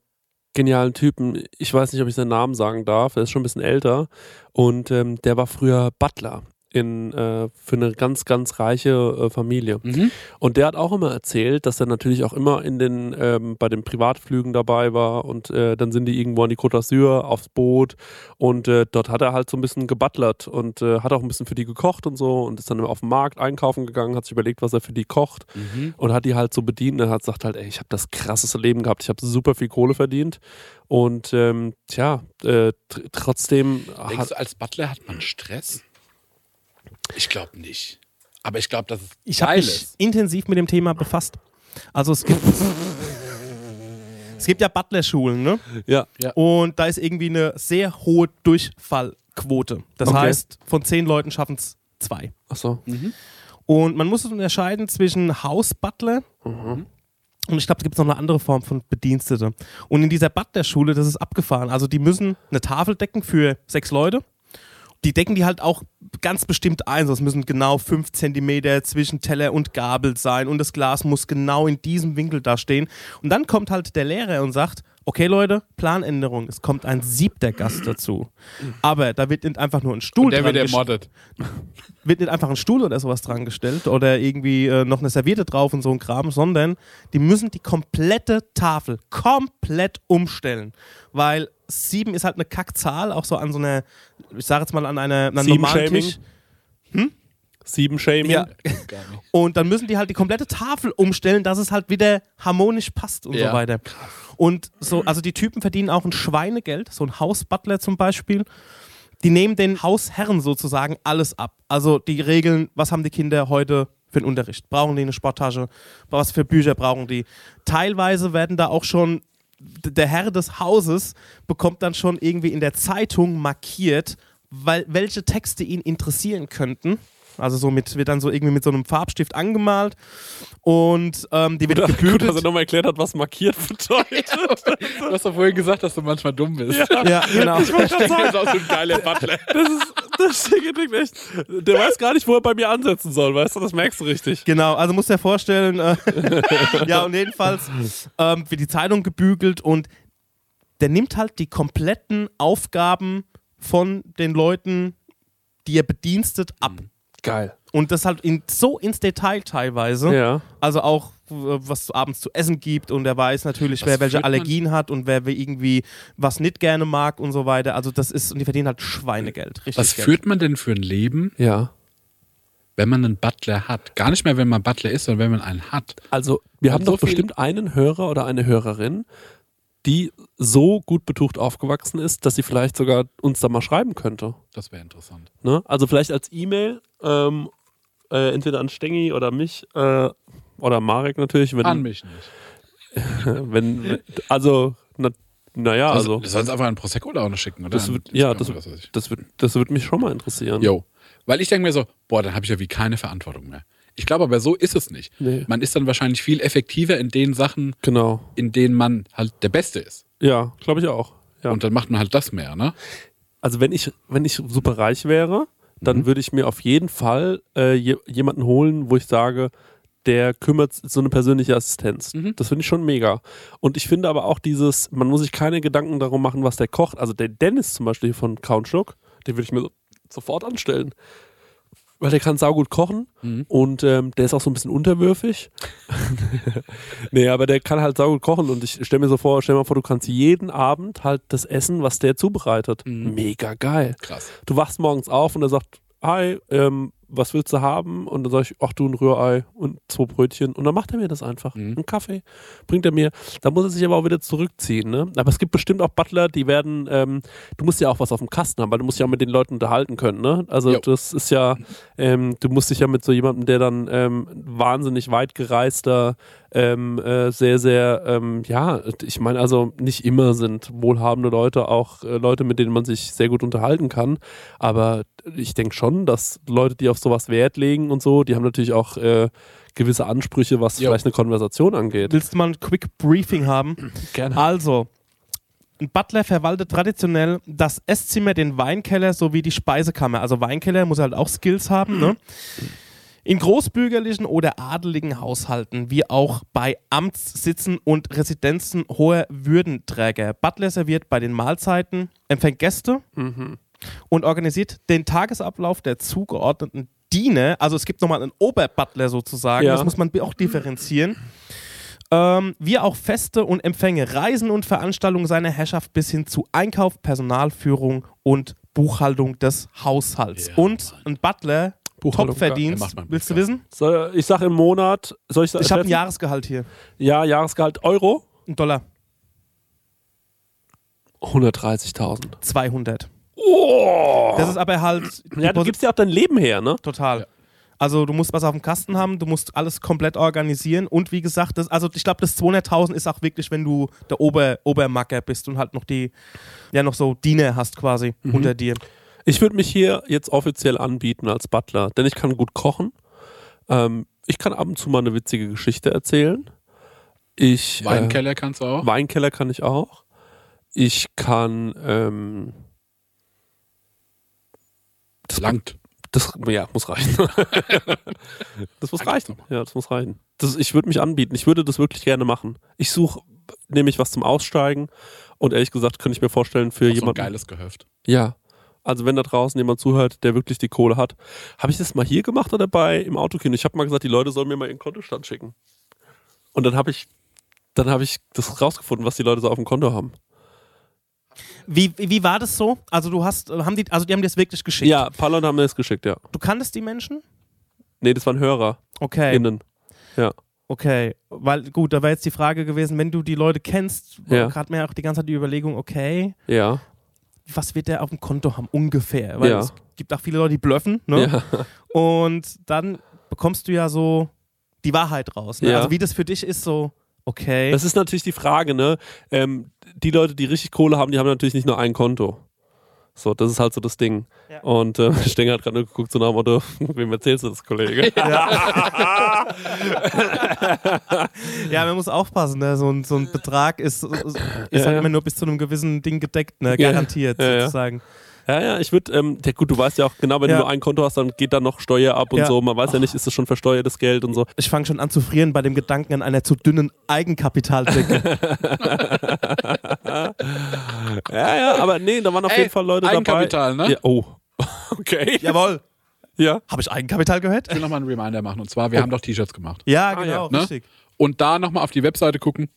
A: genialen Typen. Ich weiß nicht, ob ich seinen Namen sagen darf. Er ist schon ein bisschen älter und ähm, der war früher Butler in äh, für eine ganz ganz reiche äh, Familie.
H: Mhm.
A: Und der hat auch immer erzählt, dass er natürlich auch immer in den ähm, bei den Privatflügen dabei war und äh, dann sind die irgendwo an die Côte d'Azur aufs Boot und äh, dort hat er halt so ein bisschen gebutlert und äh, hat auch ein bisschen für die gekocht und so und ist dann auf dem Markt einkaufen gegangen, hat sich überlegt, was er für die kocht
H: Mhm.
A: und hat die halt so bedient und hat gesagt halt, ey, ich habe das krasseste Leben gehabt, ich habe super viel Kohle verdient und ähm, tja, äh, tr trotzdem
H: Denkst
A: hat,
H: du, als Butler hat man Stress? Ich glaube nicht. Aber ich glaube, dass es
C: Ich habe mich intensiv mit dem Thema befasst. Also es gibt. es gibt ja Butler-Schulen, ne?
A: ja,
C: Und da ist irgendwie eine sehr hohe Durchfallquote. Das
A: Okay.
C: heißt, von zehn Leuten schaffen es zwei.
A: ach so,
C: Und man muss unterscheiden zwischen Hausbutler und ich glaube, da gibt es noch eine andere Form von Bedienstete. Und in dieser Butler-Schule, das ist abgefahren. Also die müssen eine Tafel decken für sechs Leute. Die decken die halt auch ganz bestimmt ein. So, Es müssen genau fünf Zentimeter zwischen Teller und Gabel sein und das Glas muss genau in diesem Winkel da stehen. Und dann kommt halt der Lehrer und sagt, okay Leute, Planänderung, es kommt ein siebter Gast dazu. Aber da wird nicht einfach nur ein Stuhl
H: der
C: dran
H: wird
C: gestellt
H: ermordet.
C: wird nicht einfach ein Stuhl oder sowas dran gestellt oder irgendwie äh, noch eine Serviette drauf und so ein Kram, sondern die müssen die komplette Tafel komplett umstellen. Weil sieben ist halt eine Kackzahl, auch so an so einer, ich sage jetzt mal an einer an einem
A: Sieben
C: normalen
A: Shaming? Hm?
C: Tisch.
A: sieben Shaming.
C: Ja.
H: Gar nicht.
C: Und dann müssen die halt die komplette Tafel umstellen, dass es halt wieder harmonisch passt und
H: Ja.
C: so weiter. Und so, also die Typen verdienen auch ein Schweinegeld, so ein Hausbutler zum Beispiel. Die nehmen den Hausherren sozusagen alles ab. Also die regeln, was haben die Kinder heute für den Unterricht? Brauchen die eine Sporttasche? Was für Bücher brauchen die? Teilweise werden da auch schon, d- der Herr des Hauses bekommt dann schon irgendwie in der Zeitung markiert, weil, welche Texte ihn interessieren könnten. Also so mit, wird dann so irgendwie mit so einem Farbstift angemalt und ähm, die wird
A: Gut,
C: gebügelt.
A: dass er nochmal erklärt hat, was markiert bedeutet.
H: Du hast doch vorhin gesagt, dass du manchmal dumm bist.
C: ja, genau.
H: Das ist auch so ein geiler Butler.
A: Das ist, das ist echt. Der weiß gar nicht, wo er bei mir ansetzen soll, weißt du? Das merkst du richtig.
C: Genau, also musst dir vorstellen, äh, ja, und jedenfalls ähm, wird die Zeitung gebügelt und der nimmt halt die kompletten Aufgaben von den Leuten, die er bedienstet, ab.
A: Geil.
C: Und das halt in, so ins Detail teilweise.
A: Ja.
C: Also auch, äh, was es abends zu essen gibt und er weiß natürlich, wer welche
H: führt man-
C: Allergien hat und wer wer irgendwie was nicht gerne mag und so weiter. Also das ist, und die verdienen halt Schweinegeld, richtig
H: Was
C: Geld.
H: führt man denn für ein Leben,
A: Ja.
H: wenn man einen Butler hat? Gar nicht mehr, wenn man Butler ist, sondern wenn man einen hat.
A: Also, wir haben
H: so
A: doch
H: viel-
A: bestimmt einen Hörer oder eine Hörerin, die so gut betucht aufgewachsen ist, dass sie vielleicht sogar uns da mal schreiben könnte.
H: Das wäre interessant.
A: Ne? Also, vielleicht als E-Mail, ähm, äh, entweder an Stengi oder mich äh, oder Marek natürlich, wenn.
H: An mich nicht.
A: wenn wenn- also, na, naja,
H: Also,
A: also.
H: du sollst einfach einen Prosecco-Laune schicken, oder?
A: das wird, ja, genau das,
H: was weiß ich.
A: das, wird, das wird mich schon mal interessieren.
H: Jo. Weil ich denke mir so, boah, dann habe ich ja wie keine Verantwortung mehr. Ich glaube aber, so ist es nicht.
A: Nee.
H: Man ist dann wahrscheinlich viel effektiver in den Sachen,
A: Genau.
H: in denen man halt der Beste ist.
A: Ja, glaube ich auch. Ja.
H: Und dann macht man halt das mehr, ne?
A: Also wenn ich, wenn ich super
H: Mhm.
A: reich wäre, dann würde ich mir auf jeden Fall äh, je, jemanden holen, wo ich sage, der kümmert so eine persönliche Assistenz.
H: Mhm.
A: Das finde ich schon mega. Und ich finde aber auch dieses, man muss sich keine Gedanken darum machen, was der kocht. Also der Dennis zum Beispiel von Countschluck, den würde ich mir so, sofort anstellen. Weil der kann saugut kochen
H: Mhm.
A: und ähm, der ist auch so ein bisschen unterwürfig. nee, aber der kann halt saugut kochen und ich stelle mir so vor, stell mir vor, du kannst jeden Abend halt das essen, was der zubereitet.
H: Mhm.
A: Mega geil
H: Krass.
A: du wachst morgens auf und er sagt, hi, ähm, was willst du haben? Und dann sage ich, ach du, ein Rührei und zwei Brötchen. Und dann macht er mir das einfach.
H: Mhm.
A: Einen Kaffee bringt er mir. Da muss er sich aber auch wieder zurückziehen. Ne? Aber es gibt bestimmt auch Butler, die werden, ähm, du musst ja auch was auf dem Kasten haben, weil du musst ja auch mit den Leuten unterhalten können. Ne? Also
H: Jo.
A: das ist ja, ähm, du musst dich ja mit so jemandem, der dann ähm, wahnsinnig weit gereister, ähm, äh, sehr, sehr, ähm, ja, ich meine, also nicht immer sind wohlhabende Leute auch äh, Leute, mit denen man sich sehr gut unterhalten kann. Aber ich denke schon, dass Leute, die auf sowas Wert legen und so, die haben natürlich auch äh, gewisse Ansprüche, was
H: Jo.
A: vielleicht eine Konversation angeht. Ah,
C: Willst du mal ein Quick Briefing haben?
A: Gerne.
C: Also, ein Butler verwaltet traditionell das Esszimmer, den Weinkeller sowie die Speisekammer. Also Weinkeller muss halt auch Skills haben, ne? In großbürgerlichen oder adeligen Haushalten, wie auch bei Amtssitzen und Residenzen hoher Würdenträger. Butler serviert bei den Mahlzeiten, empfängt Gäste
A: Mhm.
C: und organisiert den Tagesablauf der zugeordneten Diener. Also es gibt nochmal einen Oberbutler sozusagen,
A: Ja.
C: das muss man auch differenzieren. Ähm, wie auch Feste und Empfänge, Reisen und Veranstaltungen seiner Herrschaft bis hin zu Einkauf, Personalführung und Buchhaltung des Haushalts.
H: Ja,
C: und ein Butler,
A: Buchhaltung,
H: ja,
C: Topverdienst,
H: macht man
C: willst du
H: Butler.
C: wissen?
A: So, ich sage im Monat, soll ich sagen?
C: Ich habe ein Jahresgehalt hier,
A: Ja, Jahresgehalt Euro.
C: ein Dollar,
A: 130.000.
C: 200.
A: Oh!
C: Das ist aber halt die
A: ja, du
C: Posi-
A: gibst ja auch dein Leben her, ne?
C: total. Also du musst was auf dem Kasten haben, du musst alles komplett organisieren und wie gesagt, das, also ich glaube, das 200.000 ist auch wirklich, wenn du der Ober, Obermacker bist und halt noch die, ja noch so Diener hast quasi
A: Mhm.
C: unter dir.
A: Ich würde mich hier jetzt offiziell anbieten als Butler, denn ich kann gut kochen. Ähm, ich kann ab und zu mal eine witzige Geschichte erzählen. Ich, äh,
H: Weinkeller kannst du auch.
A: Weinkeller kann ich auch. Ich kann ähm,
H: Das langt.
A: das ja muss reichen. das muss reichen. Ja, das muss reichen. Das, ich würde mich anbieten. Ich würde das wirklich gerne machen. Ich suche nämlich was zum Aussteigen und ehrlich gesagt könnte ich mir vorstellen für
H: Auch so ein
A: jemanden.
H: geiles Gehöft.
A: Ja. Also wenn da draußen jemand zuhört, der wirklich die Kohle hat. Habe ich das mal hier gemacht oder bei im Autokino? Ich habe mal gesagt, die Leute sollen mir mal ihren Kontostand schicken. Und dann habe ich, dann habe ich das rausgefunden, was die Leute so auf dem Konto haben.
C: Wie, wie war das so? Also du hast, äh, haben die, also die haben dir das wirklich geschickt.
A: Ja, ein paar Leute haben mir das geschickt, ja.
C: Du kanntest die Menschen?
A: Nee, das waren Hörer
C: Okay.
A: innen.
C: Okay. Weil gut, da wäre jetzt die Frage gewesen, wenn du die Leute kennst, äh,
A: Ja.
C: gerade mir auch die ganze Zeit die Überlegung, okay,
A: Ja.
C: was wird der auf dem Konto haben ungefähr? Weil
A: Ja.
C: es gibt auch viele Leute, die blöffen, ne?
A: ja.
C: Und dann bekommst du ja so die Wahrheit raus. Ne?
A: Ja.
C: Also wie das für dich ist, so, okay.
A: Das ist natürlich die Frage, ne? Ähm, die Leute, die richtig Kohle haben, die haben natürlich nicht nur ein Konto. So, das ist halt so das Ding.
C: Ja.
A: Und äh, Stenger hat gerade nur geguckt, so nach dem Motto, wem erzählst du das, Kollege?
C: ja, man muss aufpassen, ne? so, ein, so ein Betrag ist, ist
A: Ja,
C: halt
A: ja.
C: immer nur bis zu einem gewissen Ding gedeckt, ne?
A: Ja.
C: garantiert
A: Ja, ja.
C: sozusagen.
A: Ja, ja, ich würde, ähm, ja gut, du weißt ja auch genau, wenn
C: Ja.
A: du nur ein Konto hast, dann geht da noch Steuer ab und
C: Ja.
A: so. Man weiß ja nicht, ist das schon versteuertes Geld und so.
C: Ich fange schon an zu frieren bei dem Gedanken an einer zu dünnen Eigenkapitaldecke.
A: Ja, ja, aber nee, da waren auf
H: Ey,
A: jeden Fall Leute
H: Eigenkapital,
A: dabei.
H: ne?
A: Ja, oh. Okay. Ja.
C: Jawohl.
A: ja.
C: Habe ich Eigenkapital gehört?
H: Ich will nochmal einen Reminder machen. Und zwar, wir haben doch T-Shirts gemacht.
C: Ja,
A: Ah,
C: genau,
H: ja.
C: richtig.
H: Und da nochmal auf die Webseite gucken,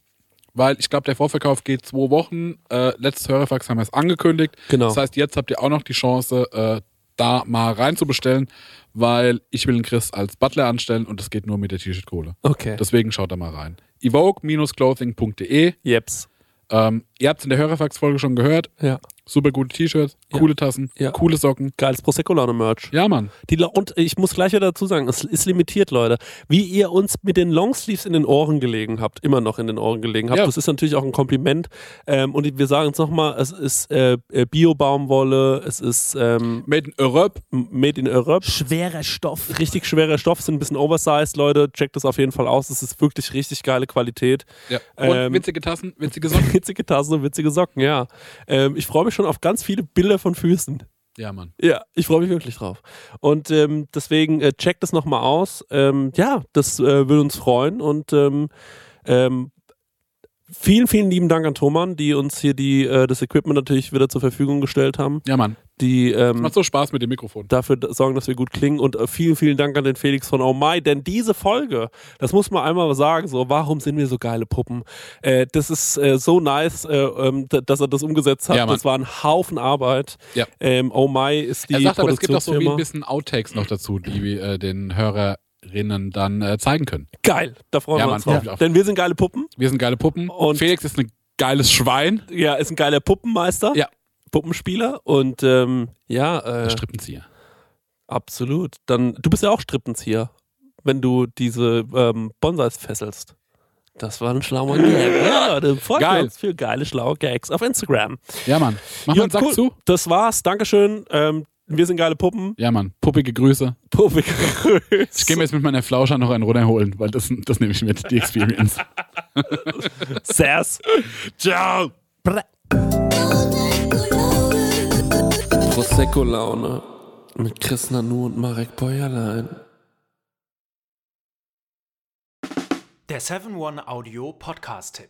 H: weil ich glaube, der Vorverkauf geht zwei Wochen. Äh, letztes Hörerfax haben wir es angekündigt.
A: Genau.
H: Das heißt, jetzt habt ihr auch noch die Chance, äh, da mal reinzubestellen, weil ich will den Chris als Butler anstellen und das geht nur mit der T-Shirt-Kohle.
A: Okay. Das
H: Deswegen schaut da mal rein. evoke-clothing.de.
A: Jeps.
H: Ähm, ihr habt es in der Hörerfax-Folge schon gehört.
A: Ja.
H: Super gute T-Shirts,
A: Ja.
H: coole Tassen,
A: Ja.
H: coole Socken.
A: Geiles Prosecco-Laune-Merch.
H: Ja, Mann.
A: Die La- und äh, ich muss gleich wieder dazu sagen, es ist limitiert, Leute. Wie ihr uns mit den Longsleeves in den Ohren gelegen habt, immer noch in den Ohren gelegen habt,
H: Ja.
A: das ist natürlich auch ein Kompliment. Ähm, und wir sagen es nochmal, es ist äh, äh, Bio-Baumwolle, es ist ähm,
H: Made in Europe.
A: made in Europe.
C: Schwerer Stoff.
A: Richtig schwerer Stoff, sind ein bisschen oversized, Leute. Checkt das auf jeden Fall aus. Es ist wirklich richtig geile Qualität.
H: Ja. Und
A: Ähm,
H: witzige Tassen, witzige Socken.
A: Witzige Tassen und witzige Socken, ja. Ähm, ich freue mich schon auf ganz viele Bilder von Füßen.
B: Ja, Mann.
A: Ja, ich freue mich wirklich drauf. Und ähm, deswegen äh, checkt das nochmal aus. Ähm, ja, das äh, würde uns freuen. Und ähm, ähm, vielen, vielen lieben Dank an Thomann, die uns hier die, äh, das Equipment natürlich wieder zur Verfügung gestellt haben.
B: Ja, Mann.
A: Die ähm,
B: Macht so Spaß mit dem Mikrofon.
A: dafür d- sorgen, dass wir gut klingen. Und äh, vielen, vielen Dank an den Felix von Oh My, denn diese Folge, das muss man einmal sagen, so, warum sind wir so geile Puppen? Äh, das ist äh, so nice, äh, ähm, d- dass er das umgesetzt hat.
B: Ja, Mann.
A: das war ein Haufen Arbeit.
B: Ja.
A: Ähm, oh My ist die
B: er sagt aber, es gibt auch so wie ein
A: Produktionsfirma. Hm.
B: bisschen Outtakes noch dazu, die wir äh, den Hörerinnen dann äh, zeigen können.
A: Geil, da freuen
B: Ja,
A: wir
B: Mann,
A: uns
B: freu
A: drauf.
B: mich auch.
A: Denn wir sind geile Puppen.
B: Wir sind geile Puppen.
A: Und-
B: Felix ist ein geiles Schwein.
A: Ja, ist ein geiler Puppenmeister.
B: Ja.
A: Puppenspieler. Und ähm, ja, äh,
B: Strippenzieher.
A: absolut. Dann, du bist ja auch Strippenzieher, wenn du diese ähm, Bonsais fesselst. Das war ein schlauer Gag. Ja, dann folgt
B: Geil.
A: uns für geile, schlaue Gags auf Instagram.
B: Ja, Mann. Mach mal einen Sack
A: cool.
B: zu.
A: Das war's. Dankeschön. Ähm, wir sind geile Puppen.
B: Ja, Mann. Puppige Grüße.
A: Puppig.
B: Ich gehe mir jetzt mit meiner Flauscher noch einen runterholen, weil das, das nehme ich mit, die Experience.
A: Sass. Ciao. Prosecco-Laune mit Chris Nanu und Marek Bäuerlein.
E: Der 7-One-Audio-Podcast-Tipp.